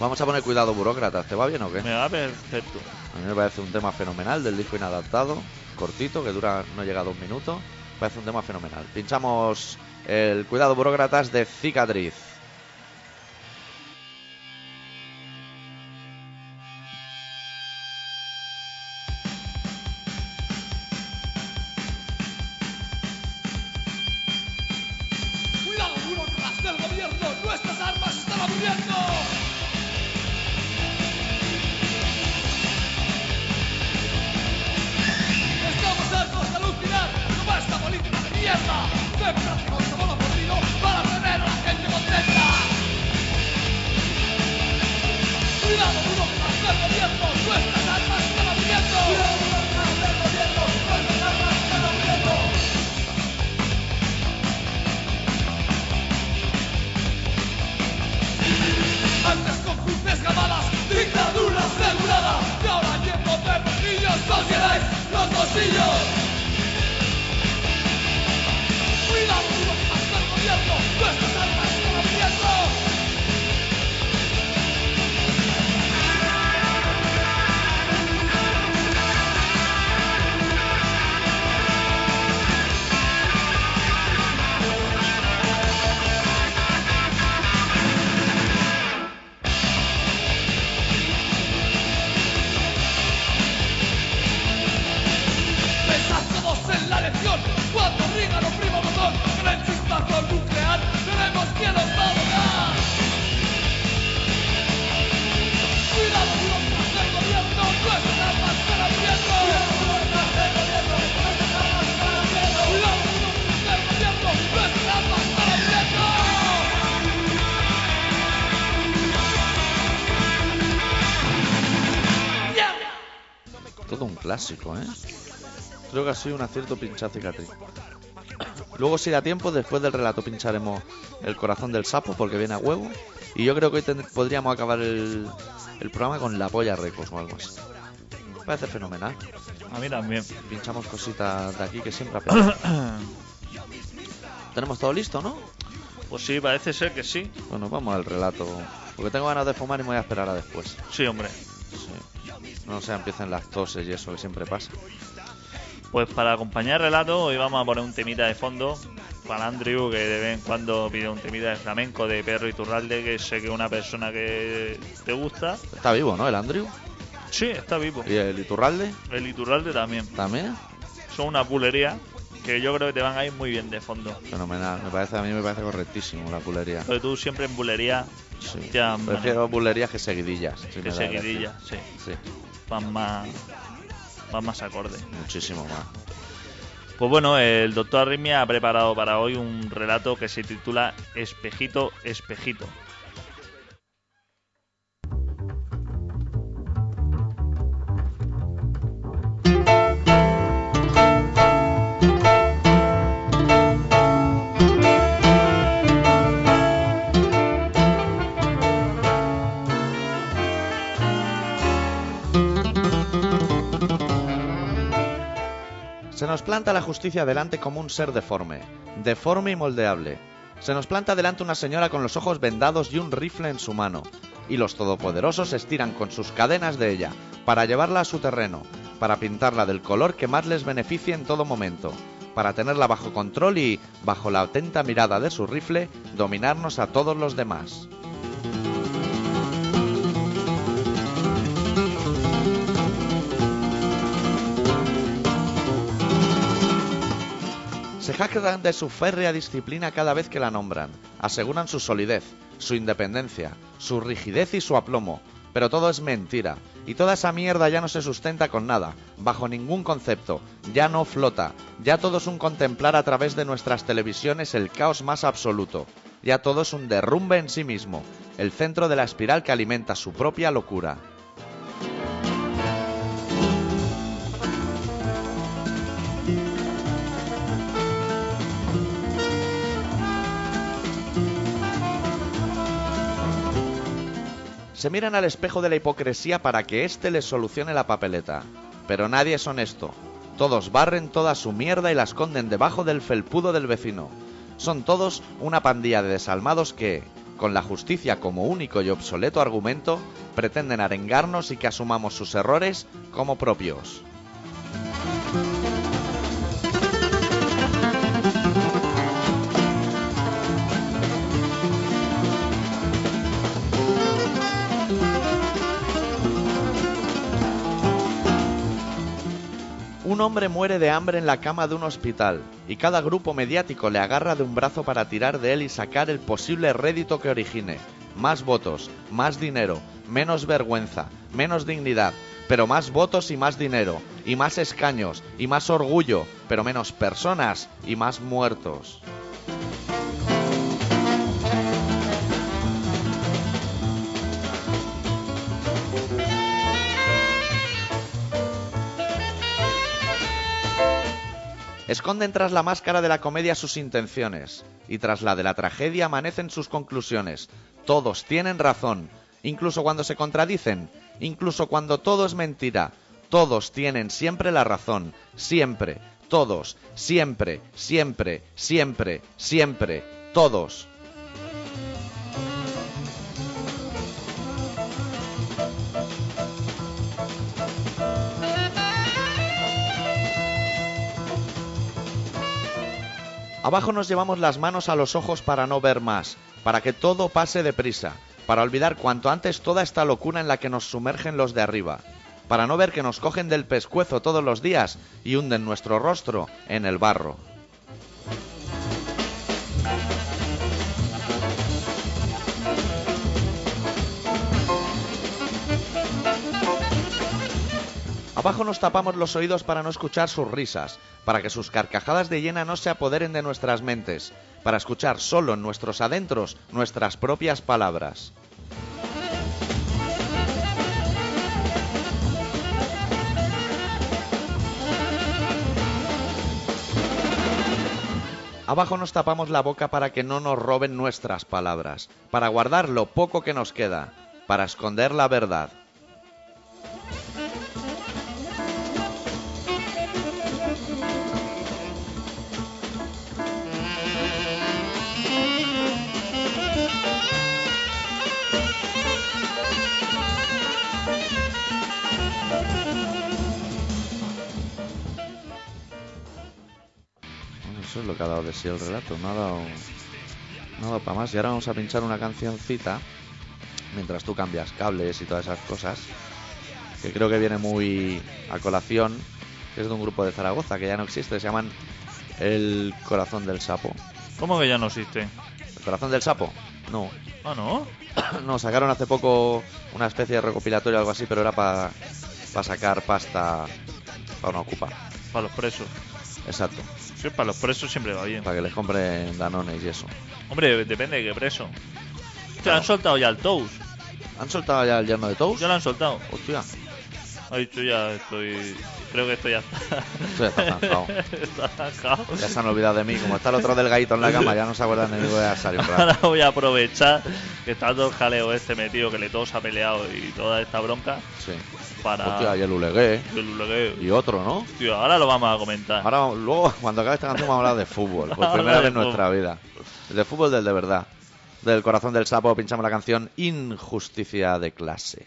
Vamos a poner cuidado, burócratas. ¿Te va bien o qué?
Me va perfecto.
A mí me parece un tema fenomenal del disco inadaptado, cortito, que dura no llega a dos minutos. Me parece un tema fenomenal. Pinchamos el Cuidado Burócratas de Cicatriz.
Cuidado, burócratas del gobierno, nuestras armas están aburriendo. Estamos hartos de alucinar con esta política de mierda. Que practica un solo partido para tener a la gente contenta. Cuidado, burócratas del gobierno, nuestras armas están aburriendo. Cuidado, burócratas del gobierno, nuestras armas están aburriendo. Antes con sus desgamadas, dictaduras reguladas Y ahora lleno de pequeños, os llenáis los bolsillos Cuidado, duro, hasta el gobierno, nuestras armas están abriendo Pensad todos en la lección, cuando Reagan oprima botón Con el chispazo nuclear, veremos quién nos va a votar Cuidado, duro, hasta el gobierno, nuestras armas están abriendo Cuidado, duro, hasta el gobierno, nuestras armas están abriendo
Todo un clásico, ¿eh? Creo que ha sido un acierto pinchar cicatriz. Luego, si da tiempo, después del relato pincharemos el corazón del sapo porque viene a huevo. Y yo creo que hoy ten- podríamos acabar el, el programa con la polla Records o algo así. Me parece fenomenal.
A mí también.
Pinchamos cositas de aquí que siempre aplaudo. Tenemos todo listo, ¿no?
Pues sí, parece ser que sí.
Bueno, vamos al relato Porque tengo ganas de fumar y me voy a esperar a después.
Sí, hombre.
Sí. No sé, empiecen las toses y eso que siempre pasa.
Pues para acompañar el relato, hoy vamos a poner un temita de fondo para Andrew, que de vez en cuando pide un temita de flamenco de Perro Iturralde, que sé que es una persona que te gusta.
Está vivo, ¿no? El Andrew.
Sí, está vivo.
Y el Iturralde
El Iturralde también.
también.
Son una pulería que yo creo que te van a ir muy bien de fondo.
Fenomenal. Me parece, a mí me parece correctísimo la pulería.
Porque tú siempre en bulería
Sí.
Ya,
Prefiero bulerías que seguidillas. si
que
me da elegir.
seguidilla, sí.
Sí,
Van más, van más acorde.
muchísimo más.
Pues bueno, el doctor Arritmia ha preparado para hoy un relato que se titula Espejito, Espejito.
Se nos planta la justicia delante como un ser deforme, deforme y moldeable. Se nos planta delante una señora con los ojos vendados y un rifle en su mano, y los todopoderosos se estiran con sus cadenas de ella, para llevarla a su terreno, para pintarla del color que más les beneficie en todo momento, para tenerla bajo control y, bajo la atenta mirada de su rifle, dominarnos a todos los demás. Se jactan de su férrea disciplina cada vez que la nombran. Aseguran su solidez, su independencia, su rigidez y su aplomo. Pero todo es mentira. Y toda esa mierda ya no se sustenta con nada, bajo ningún concepto. Ya no flota. Ya todo es un contemplar a través de nuestras televisiones el caos más absoluto. Ya todo es un derrumbe en sí mismo, el centro de la espiral que alimenta su propia locura. Se miran al espejo de la hipocresía para que éste les solucione la papeleta. Pero nadie es honesto. Todos barren toda su mierda y la esconden debajo del felpudo del vecino. Son todos una pandilla de desalmados que, con la justicia como único y obsoleto argumento, pretenden arengarnos y que asumamos sus errores como propios. Un hombre muere de hambre en la cama de un hospital y cada grupo mediático le agarra de un brazo para tirar de él y sacar el posible rédito que origine. Más votos, más dinero, menos vergüenza, menos dignidad, pero más votos y más dinero, y más escaños, y más orgullo, pero menos personas y más muertos. Esconden tras la máscara de la comedia sus intenciones y tras la de la tragedia amanecen sus conclusiones. Todos tienen razón, incluso cuando se contradicen, incluso cuando todo es mentira. Todos tienen siempre la razón, siempre, todos, siempre, siempre, siempre, siempre, todos. Abajo nos llevamos las manos a los ojos para no ver más, para que todo pase deprisa, para olvidar cuanto antes toda esta locura en la que nos sumergen los de arriba, para no ver que nos cogen del pescuezo todos los días y hunden nuestro rostro en el barro. Abajo nos tapamos los oídos para no escuchar sus risas, para que sus carcajadas de hiena no se apoderen de nuestras mentes, para escuchar solo en nuestros adentros nuestras propias palabras. Abajo nos tapamos la boca para que no nos roben nuestras palabras, para guardar lo poco que nos queda, para esconder la verdad. que ha dado de sí el relato, no ha dado, no ha dado para más. Y ahora vamos a pinchar una cancioncita mientras tú cambias cables y todas esas cosas, que creo que viene muy a colación, que es de un grupo de Zaragoza que ya no existe, se llaman El Corazón del Sapo.
¿Cómo que ya no existe?
¿El Corazón del Sapo? No,
Ah, no.
no, sacaron hace poco una especie de recopilatorio o algo así, pero era para sacar pasta para una ocupa.
Para los presos.
Exacto,
Sí, para los presos siempre va bien.
para que les compren danones y eso.
Hombre, depende de qué preso. Te
Claro.
han soltado ya el Tous.
¿Han soltado ya el yerno de Tous?
Ya lo han soltado.
Hostia,
Ha dicho ya estoy. Creo que esto ya está.
Esto ya está zanjado.
Está zanjado.
ya se han olvidado de mí. Como está el otro delgadito en la cama, ya no se acuerdan de mí. Voy a salir un rato.
Ahora voy a aprovechar que está todo el jaleo este metido, que le todos ha peleado y toda esta bronca
Sí.
para.
Hostia, y el Ulegué.
Yo lo que-
¿eh? Y otro, ¿no?
Tío, ahora lo vamos a comentar.
Ahora, luego, cuando acabe esta canción, vamos a hablar de fútbol. Por
Habla
primera
de
vez en nuestra vida. De fútbol del de verdad. Del corazón del sapo pinchamos la canción Injusticia de clase.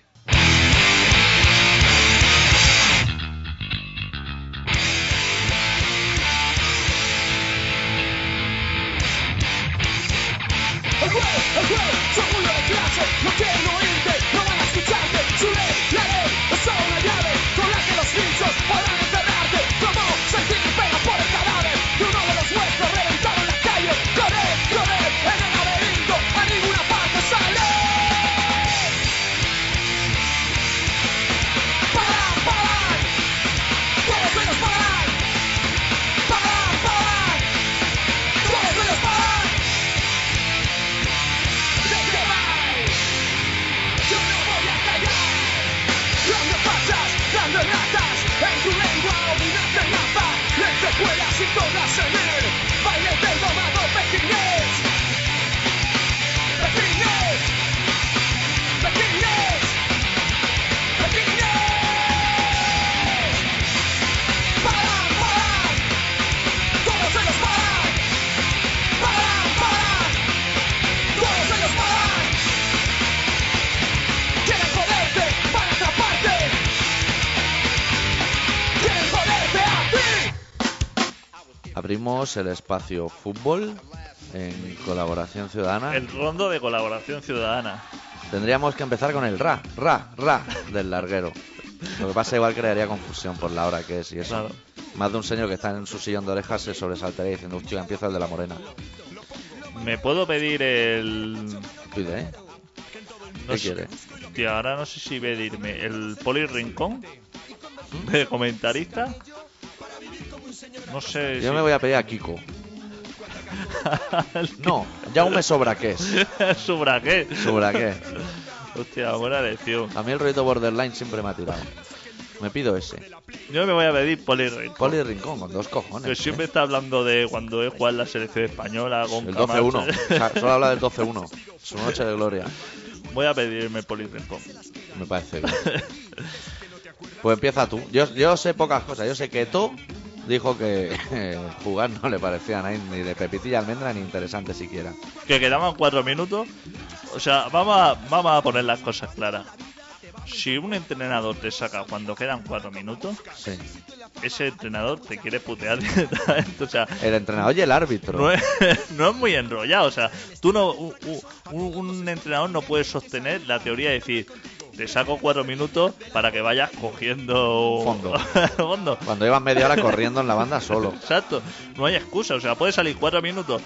El juez, el juez, son una clase, no quieren oírte, no van a escucharte. Su ley, la ley, es solo una llave con la que los pinchos podrán encerrarte. Como sentir pena por el cadáver de uno de los vuestros reventado en la calle. Correr, correr, en el laberinto, a ninguna parte sale. Parar, parar, todos menos parar. Parar, parar, todos menos parar. ¡De qué vais! Yo no voy a callar Grandes fachas, grandes ratas En tu lengua dominante nada Entre cuerdas y todas en él Baile del domado pequinés Pequinés Pequinés Pequinés Parar, parar Todos ellos parar Parar, parar todos ellos paran. Quieren joderte para atraparte. Quieren joderte a ti.
Abrimos el espacio fútbol en colaboración ciudadana.
El rondo de colaboración ciudadana.
Tendríamos que empezar con el ra, ra, ra del larguero. Lo que pasa igual crearía confusión por la hora que es y eso.
Claro.
Más de un señor que está en su sillón de orejas se sobresaltaría diciendo, hostia, empieza el de la morena.
¿Me puedo pedir el.
Pide, ¿eh?
No
¿Qué
sé.
quiere?
Tío, ahora no sé si pedirme el Poli Rincón de comentarista. No sé.
Yo
si-
me voy a pedir a Kiko. No, ya un me sobra qué es.
Su braqué.
Sobra qué.
Hostia, buena elección.
A mí el ruido borderline siempre me ha tirado. Me pido ese.
Yo me voy a pedir Poli Rincón.
Poli Rincón con dos cojones. ¿eh?
Que siempre está hablando de cuando he jugado en la selección española con
El
Camacho.
12-1. O sea, solo habla del 12-1. Su noche de gloria.
Voy a pedirme el Poli Rincón.
Me parece bien. Pues empieza tú. Yo, yo sé pocas cosas. Yo sé que tú dijo que jugar no le parecía a nadie, ni de pepitilla almendra ni interesante siquiera.
que quedaban cuatro minutos. O sea, vamos a, vamos a poner las cosas claras. Si un entrenador te saca cuando quedan cuatro minutos,
Sí.
ese entrenador te quiere putear directamente. O sea,
El entrenador y el árbitro.
no es, no es muy enrollado. O sea, tú no, u- u- un, un entrenador no puede sostener la teoría de decir, te saco cuatro minutos para que vayas cogiendo
Fondo.
fondo.
Cuando llevas media hora corriendo en la banda solo.
Exacto, no hay excusa, o sea, puede salir cuatro minutos,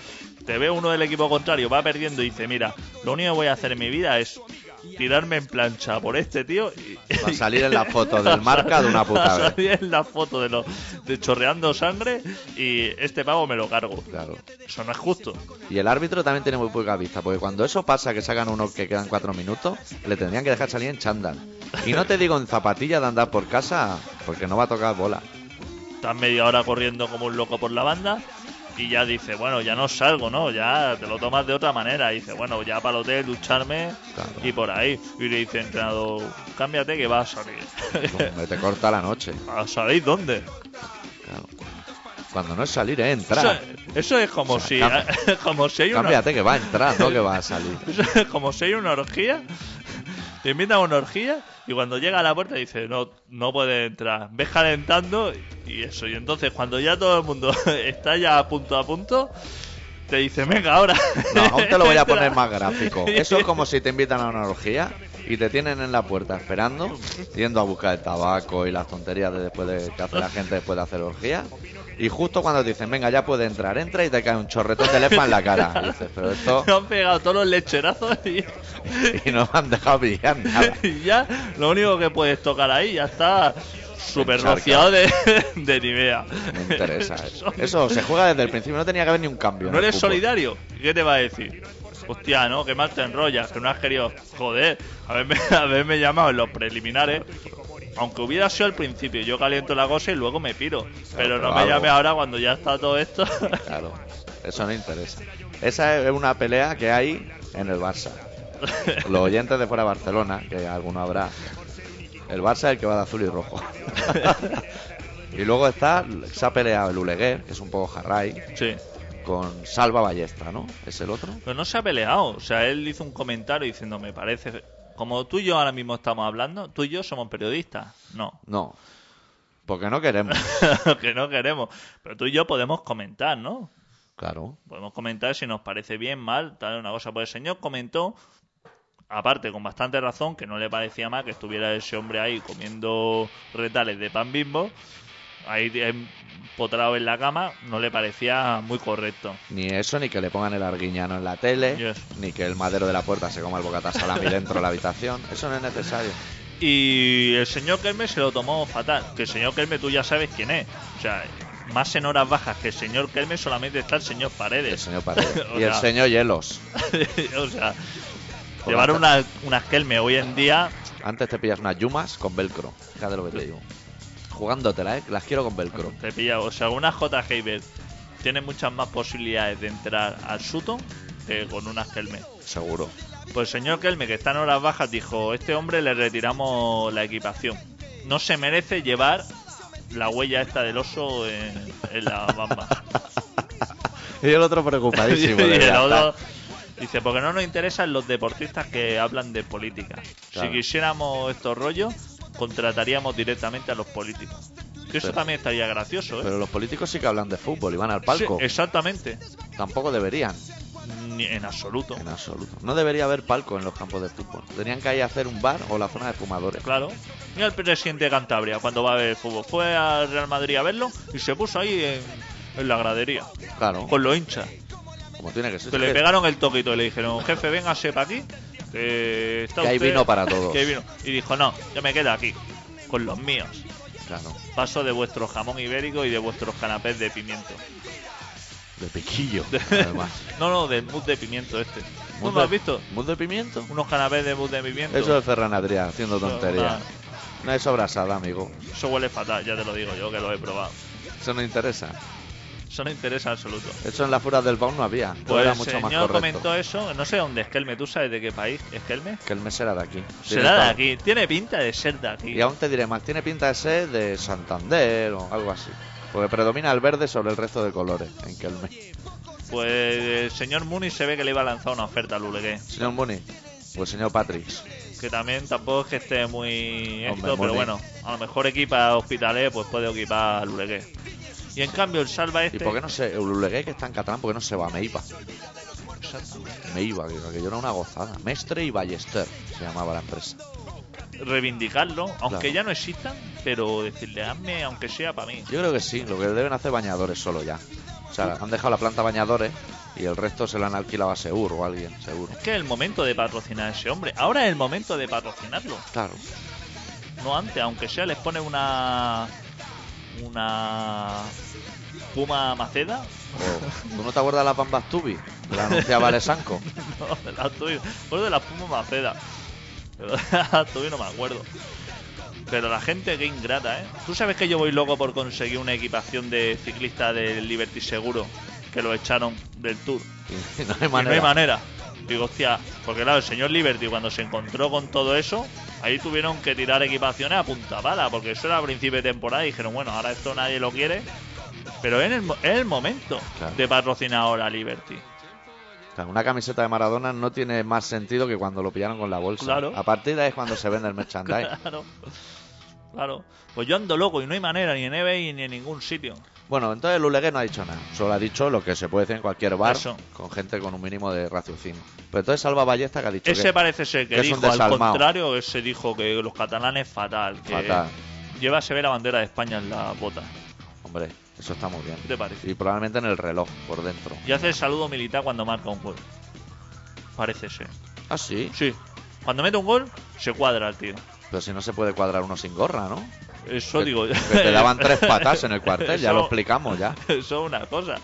te ve uno del equipo contrario, va perdiendo y dice, mira, lo único que voy a hacer en mi vida es tirarme en plancha por este tío y...
Va a salir en la foto del marca de una puta
Va a
vez.
salir en la foto de, lo, de chorreando sangre y este pavo me lo cargo.
Claro.
Eso no es justo.
Y el árbitro también tiene muy poca vista, porque cuando eso pasa, que sacan uno que quedan cuatro minutos, le tendrían que dejar salir en chándal. Y no te digo en zapatilla de andar por casa, porque no va a tocar bola.
Estás media hora corriendo como un loco por la banda y ya dice, bueno, ya no salgo, ¿no? Ya te lo tomas de otra manera. Y dice, bueno, ya para el hotel, ducharme
Claro.
y por ahí. Y le dice, entrenador, cámbiate que va a salir.
Hombre, te corta la noche.
Ah, ¿Sabéis dónde?
Claro. Cuando no es salir, es entrar.
Eso, eso es como
O sea,
si
cambia-
como si hay una
Cámbiate que va a entrar, no que va a salir.
eso es como si hay una orgía Te invitan a una orgía y cuando llega a la puerta dice, no, no puede entrar. Ves calentando y eso. Y entonces cuando ya todo el mundo está ya a punto a punto, te dice, venga, ahora.
No, aún te lo voy a poner
Entra.
más gráfico. Eso es como si te invitan a una orgía y te tienen en la puerta esperando, yendo a buscar el tabaco y las tonterías de después de que hace la gente después de hacer orgía. Y justo cuando te dicen, venga, ya puede entrar, entra y te cae un chorretón de lefa en la cara. Y dices, pero esto.
Me han pegado todos los lecherazos y,
Y no me han dejado pillar nada.
y ya lo único que puedes tocar ahí ya está súper
Encharcado.
rociado de, de Nivea.
Me interesa. Eso. Eso se juega desde el principio, no tenía que haber ni un cambio. en
¿No
el
eres
fútbol.
solidario? ¿Qué te va a decir? Hostia, ¿no? Que mal te enrollas, que no has querido... Joder, haberme, haberme llamado en los preliminares. Aunque hubiera sido al principio, yo caliento la cosa y luego me piro. Pero no
pero
me
algo.
llame ahora cuando ya está todo esto.
Claro, eso no interesa. Esa es una pelea que hay en el Barça. Los oyentes de fuera de Barcelona, que alguno habrá. El Barça es el que va de azul y rojo. y luego está, se ha peleado el Uleguer, que es un poco jarray,
sí.
con Salva Ballesta, ¿no? Es el otro.
Pero no se ha peleado. O sea, él hizo un comentario diciendo, me parece... Como tú y yo ahora mismo estamos hablando, tú y yo somos periodistas. No.
No, porque no queremos.
que no queremos. Pero tú y yo podemos comentar, ¿no?
Claro,
podemos comentar si nos parece bien, mal, tal, una cosa. Pues el señor comentó, aparte con bastante razón, que no le parecía mal que estuviera ese hombre ahí comiendo retales de pan bimbo, ahí eh, empotrado en la cama, no le parecía muy correcto.
ni eso, ni que le pongan el arguiñano en la tele,
Yes.
ni que el madero de la puerta se coma el bocata salami dentro de la habitación. Eso no es necesario.
Y el señor Kerme se lo tomó fatal. Que el señor Kerme tú ya sabes quién es. O sea, más en horas bajas que el señor Kerme solamente está el señor Paredes.
El señor Paredes.
O
Y el
sea,
señor Hielos.
o sea,
Por
llevar
la-
unas unas Kelme hoy en día
Antes te pillas unas yumas con velcro. Fíjate lo que te digo. Jugándotela, ¿eh? Las quiero con velcro.
Te pilla, o sea, una J. Heiber tiene muchas más posibilidades de entrar al Sutton que con unas Kelme.
Seguro.
Pues el señor Kelme, que está en horas bajas, dijo, este hombre le retiramos la equipación. No se merece llevar la huella esta del oso en, en la bamba.
y el otro
y
preocupadísimo. de
el
verdad.
otro dice, porque no nos interesan los deportistas que hablan de política.
Claro.
Si quisiéramos estos rollos, contrataríamos directamente a los políticos. Que eso
Pero-
también estaría gracioso, ¿eh?
Pero los políticos sí que hablan de fútbol y van al
Sí,
palco.
exactamente.
Tampoco deberían,
Ni en absoluto.
en absoluto. No debería haber palco en los campos de fútbol. Tenían que ir a hacer un bar o la zona de fumadores.
Claro. Mira el presidente de Cantabria cuando va a ver fútbol. Fue al Real Madrid a verlo y se puso ahí en, en la gradería
Claro,
con los hinchas.
como tiene que ser.
Que le pegaron el toquito y le dijeron, jefe, véngase para aquí. Que, está
Que hay
usted-
vino para todos.
que hay vino. Y dijo, no, yo me quedo aquí con los míos.
Claro,
Paso de vuestro jamón ibérico y de vuestros canapés de pimiento.
de piquillo. Además.
No, no, del mousse de pimiento este. ¿Tú
¿Mus
no
de-
has visto?
¿Mus de pimiento?
Unos canapés de mousse de pimiento.
Eso es Ferran Adrià haciendo
Eso es
tonterías. No es sobrasada, amigo.
Eso huele fatal, ya te lo digo yo que lo he probado.
Eso no interesa.
Eso no interesa en absoluto.
Eso en las furas del Baum no había.
Pues
era
el
mucho más
señor
correcto.
comentó eso, no sé dónde es Kelme, ¿tú sabes de qué país es Kelme?
Que el mes era de aquí. Tiene
Será de
todo.
aquí, tiene pinta de ser de aquí.
Y aún te diré más, tiene pinta de ser de Santander o algo así. Porque predomina el verde sobre el resto de colores en Kelme.
Pues el señor Mooney se ve que le iba a lanzar una oferta al Ulegué,
Señor Muni, pues señor Patrick.
que también tampoco es que esté
Hombre,
muy esto, pero
Mooney.
bueno, a lo mejor equipa hospitales, pues puede equipar al Ulegué. Y en cambio el salva
¿Y
este...
por qué no se... Uruguay que está en catalán, ¿por qué no se va? Me iba.
Exactamente.
Me iba, que, que yo era una gozada. Mestre y Ballester se llamaba la empresa.
Reivindicarlo, aunque
Claro.
ya no existan, pero decirle, hazme aunque sea para mí.
Yo creo que sí, lo que deben hacer bañadores solo ya. O sea, han dejado la planta bañadores y el resto se lo han alquilado a Seur o a alguien, seguro.
Es que es el momento de patrocinar a ese hombre. Ahora es el momento de patrocinarlo.
Claro.
No antes, aunque sea, les pone una. Una. Puma Maceda.
O- ¿Tú no te acuerdas de las bambas tubi? Que La anunciaba Lesanco.
No, de la tuya. Por de la Puma Maceda. Pero de la tuya no me acuerdo. Pero la gente que ingrata, ¿eh? Tú sabes que yo voy loco por conseguir una equipación de ciclista del Liberty Seguro. Que lo echaron del Tour.
Y no hay
Y no
manera.
hay manera. Digo, hostia, porque claro, el señor Liberty cuando se encontró con todo eso, ahí tuvieron que tirar equipaciones a punta pala, porque eso era a principio de temporada y dijeron, bueno, ahora esto nadie lo quiere, pero es el, mo- es el momento
Claro.
de patrocinar ahora a Liberty.
Claro, una camiseta de Maradona no tiene más sentido que cuando lo pillaron con la bolsa.
Claro.
A partir de ahí es cuando se vende el merchandising.
Claro. Claro. Pues yo ando loco y no hay manera, ni en eBay ni en ningún sitio.
Bueno, entonces Lulegué no ha dicho nada. Solo ha dicho lo que se puede decir en cualquier bar
Eso.
con gente con un mínimo de raciocinio. Pero entonces Salva Ballesta que ha dicho
Ese
que-
parece ser que,
que es un
dijo al
desalmado.
contrario, ese dijo que los catalanes fatal, que
Fatal.
lleva se ve la bandera de España en la bota.
Hombre, eso está muy bien.
¿Qué te parece?
Y probablemente en el reloj, por dentro.
Y hace el saludo militar cuando marca un gol. Parece ser.
Ah, sí.
Sí. Cuando mete un gol, se cuadra el tío.
Pero si no se puede cuadrar uno sin gorra, ¿no?
Eso
Que-
digo.
que te daban tres patas en el cuartel, ya lo explicamos ya.
Eso es una cosa.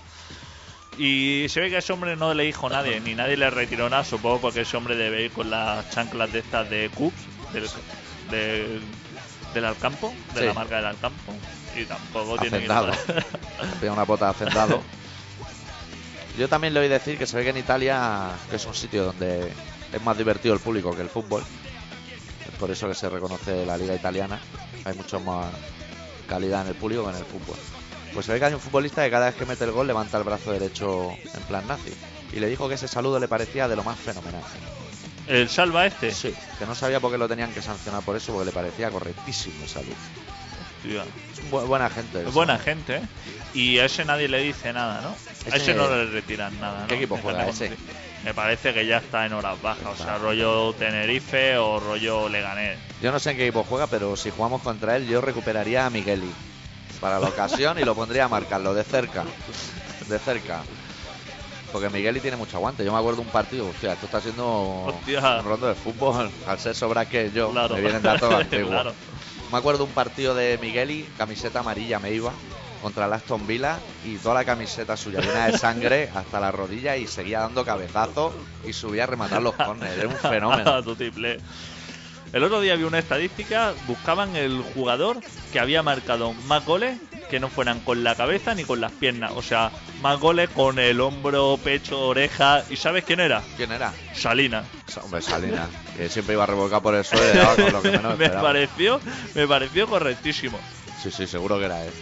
Y se ve que a ese hombre no le dijo nadie, ni nadie le retiró nada, supongo porque ese hombre debe ir con las chanclas de estas de Cubs, del, del, del Alcampo, de
Sí.
la marca del Alcampo. Y tampoco tiene que ir
Hacendado.
para-
Pega una bota de hacendado. Yo también le oí decir que se ve que en Italia, que es un sitio donde es más divertido el público que el fútbol. Es por eso que se reconoce la liga italiana. Hay mucho más calidad en el público que en el fútbol. Pues se ve que hay un futbolista que cada vez que mete el gol levanta el brazo derecho en plan nazi. Y le dijo que ese saludo le parecía de lo más fenomenal.
El salva este.
Sí, que no sabía por qué lo tenían que sancionar por eso, porque le parecía correctísimo el saludo.
Tío,
Es bu- buena gente.
es buena gente, ¿eh? Y a ese nadie le dice nada, ¿no? A
Ese-
ese no le retiran nada, ¿no?
¿Qué equipo juega ese?
Me parece que ya está en horas bajas, o
Está.
sea, rollo Tenerife o rollo Leganés.
Yo no sé en qué equipo juega, pero si jugamos contra él, yo recuperaría a Migueli para la ocasión y lo pondría a marcarlo de cerca. De cerca. Porque Migueli tiene mucho aguante. Yo me acuerdo un partido, hostia, esto está siendo
Hostia.
un rondo de fútbol. Al ser sobra que yo,
Claro.
me vienen datos antiguos.
Claro.
Me acuerdo un partido de Migueli, camiseta amarilla me iba, contra el Aston Villa y toda la camiseta suya llena de sangre hasta la rodilla y seguía dando cabezazos y subía a rematar los corners. Era un fenómeno.
Tu triple. El otro día vi una estadística, buscaban el jugador que había marcado más goles que no fueran con la cabeza ni con las piernas. O sea, más goles con el hombro, pecho, oreja. ¿Y sabes quién era?
¿Quién era?
Salina.
Sa- Pues, Hombre, Salinas, que siempre iba a revolcar por el suelo y le daba con lo que menos
me
esperaba.
pareció, me pareció correctísimo.
Sí, sí, seguro que era él.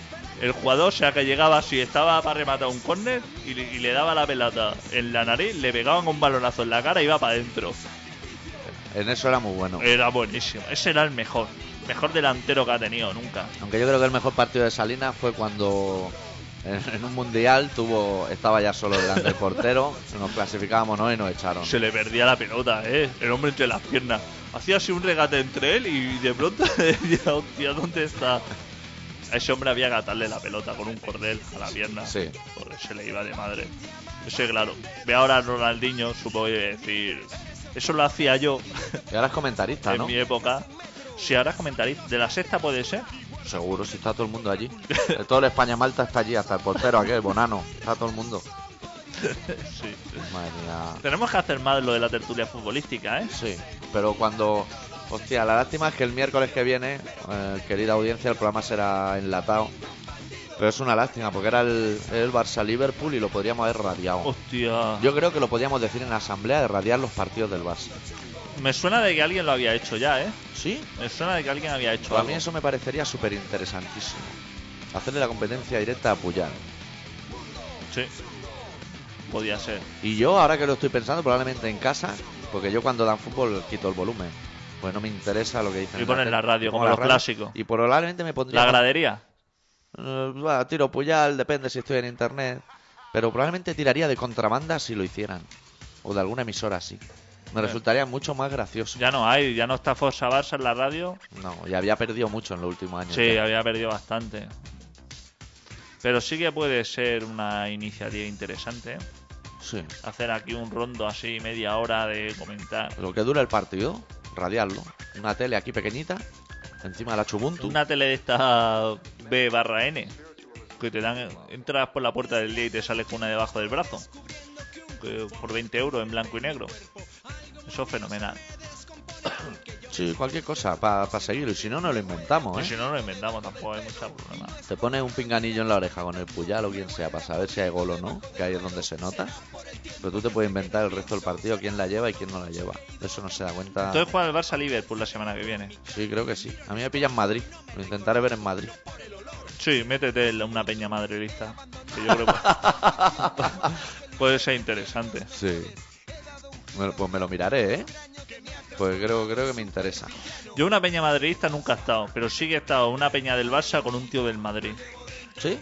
El jugador, o sea, que llegaba si estaba para rematar un córner y, le- y le daba la pelota en la nariz, le pegaban un balonazo en la cara y iba para adentro.
En eso era muy bueno.
Era buenísimo. Ese era el mejor. Mejor delantero que ha tenido nunca.
Aunque yo creo que el mejor partido de Salinas fue cuando en, en un mundial tuvo estaba ya solo delante del portero, nos clasificábamos ¿no? y nos echaron.
Se le perdía la pelota, ¿eh? El hombre entre las piernas. Hacía así un regate entre él y de pronto decía, hostia, ¿dónde está? A ese hombre había que atarle la pelota con un cordel a la pierna.
Sí.
Porque se le iba de madre. Ese, claro. Ve ahora a Ronaldinho, supongo que decir. Eso lo hacía yo
Y ahora es comentarista,
en
¿no?
mi época. Si ahora comentaréis, de la sexta puede ser.
Seguro, si está todo el mundo allí. De Todo el España-Malta está allí, hasta el portero aquel, Bonano. Está todo el mundo.
sí.
Madre mía.
Tenemos que hacer más lo de la tertulia futbolística, ¿eh?
Sí, pero cuando... Hostia, la lástima es que el miércoles que viene, eh, querida audiencia, el programa será enlatado. Pero es una lástima, porque era el, el Barça-Liverpool y lo podríamos haber radiado.
Hostia.
Yo creo que lo podíamos decir en la asamblea de radiar los partidos del Barça.
Me suena de que alguien lo había hecho ya, ¿eh?
¿Sí?
Me suena de que alguien había hecho
A
algo.
mí eso me parecería súper interesantísimo. Hacerle la competencia directa a Puyol.
Sí. Podía ser.
Y yo, ahora que lo estoy pensando, probablemente en casa, porque yo cuando dan fútbol quito el volumen. Pues no me interesa lo que dicen.
Y pones
tele.
la radio,
Pongo
como
la
los
radio
clásicos.
Y probablemente me pondría...
La gradería.
Eh, va, tiro puyal, depende si estoy en internet. Pero probablemente tiraría de contrabanda si lo hicieran. O de alguna emisora así. Me
Eh.
resultaría mucho más gracioso.
Ya no hay, ya no está Forza Barça en la radio.
No, y había perdido mucho en los últimos años.
Sí,
ya.
había perdido bastante. Pero sí que puede ser una iniciativa interesante. ¿eh?
Sí.
Hacer aquí un rondo así, media hora de comentar.
Lo que dura el partido, radiarlo. Una tele aquí pequeñita, encima de la Chubuntu.
Una tele de esta B barra N. Que te dan. Entras por la puerta del día y te sales con una debajo del brazo. que Por 20 euros en blanco y negro. Eso es fenomenal.
Sí, cualquier cosa para seguirlo. Y si no, no lo inventamos.
Y
¿eh?
si no, lo inventamos tampoco, hay mucho problema.
Te pones un pinganillo en la oreja con el puyal o quien sea para saber si hay gol o no, que ahí es donde se nota. Pero tú te puedes inventar el resto del partido, quién la lleva y quién no la lleva. Eso no se da cuenta.
Entonces juega el Barça Liverpool la semana que viene.
Sí, creo que sí. A mí me pilla en Madrid. Lo intentaré ver en Madrid.
Sí, métete en la- una peña madridista. Que yo creo que- Puede ser interesante.
Sí. Bueno, pues me lo miraré, ¿eh? Pues creo, creo que me interesa.
Yo una peña madridista nunca he estado, pero sí que he estado en una peña del Barça con un tío del Madrid.
¿Sí?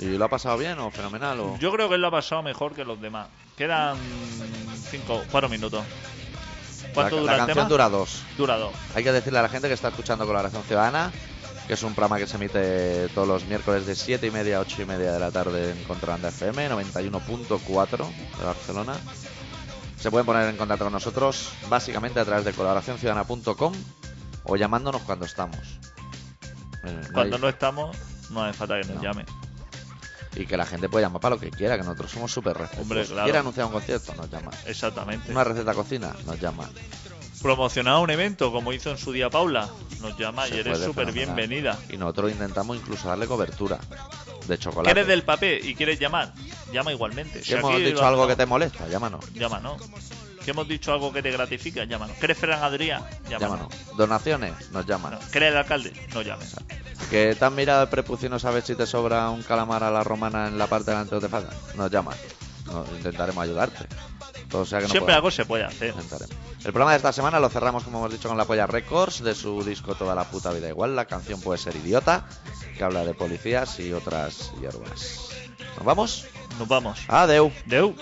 ¿Y lo ha pasado bien o fenomenal? O...
Yo creo que él lo ha pasado mejor que los demás. Quedan cinco, cuatro minutos.
La,
¿Cuánto
la
dura el
canción
tema?
dura dos.
Dura dos.
Hay que decirle a la gente que está escuchando Colaboración Ciudadana, que es un programa que se emite todos los miércoles de 7 y media a 8 y media de la tarde en Contrabanda FM, 91.4 de Barcelona. Se pueden poner en contacto con nosotros básicamente a través de colaboracionciudadana.com o llamándonos cuando estamos. Eh, no
Cuando
hay-
no estamos, no hace falta que nos
No.
llame.
Y que la gente puede llamar para lo que quiera, que nosotros somos súper respetuosos.
claro.
Quiere anunciar un concierto, nos llama.
Exactamente.
Una receta cocina, nos llama.
Promocionar un evento, como hizo en su día Paula, nos llama
Se
y eres
puede
súper
fenomenal.
bienvenida.
Y nosotros intentamos incluso darle cobertura de chocolate.
¿Quieres del papel y quieres llamar? Llama igualmente.
Si hemos dicho algo que te molesta, llámanos.
Llama, ¿no? Si hemos dicho algo que te gratifica, llámanos. ¿Quieres Ferran Adrià? Llámanos.
Llámanos. Donaciones, nos llaman.
No. ¿Quieres el alcalde? No llames.
Que te han mirado el prepucio y no sabes si te sobra un calamar a la romana en la parte delante o te falta. Nos llaman. Nos intentaremos ayudarte. Todo sea que no
Siempre
podamos.
algo se puede hacer.
Intentaremos. El programa de esta semana lo cerramos, como hemos dicho, con la Polla Records de su disco Toda la puta vida igual. La canción puede ser idiota, que habla de policías y otras hierbas. ¿Nos vamos?
Nos vamos.
Adeu.
Deu.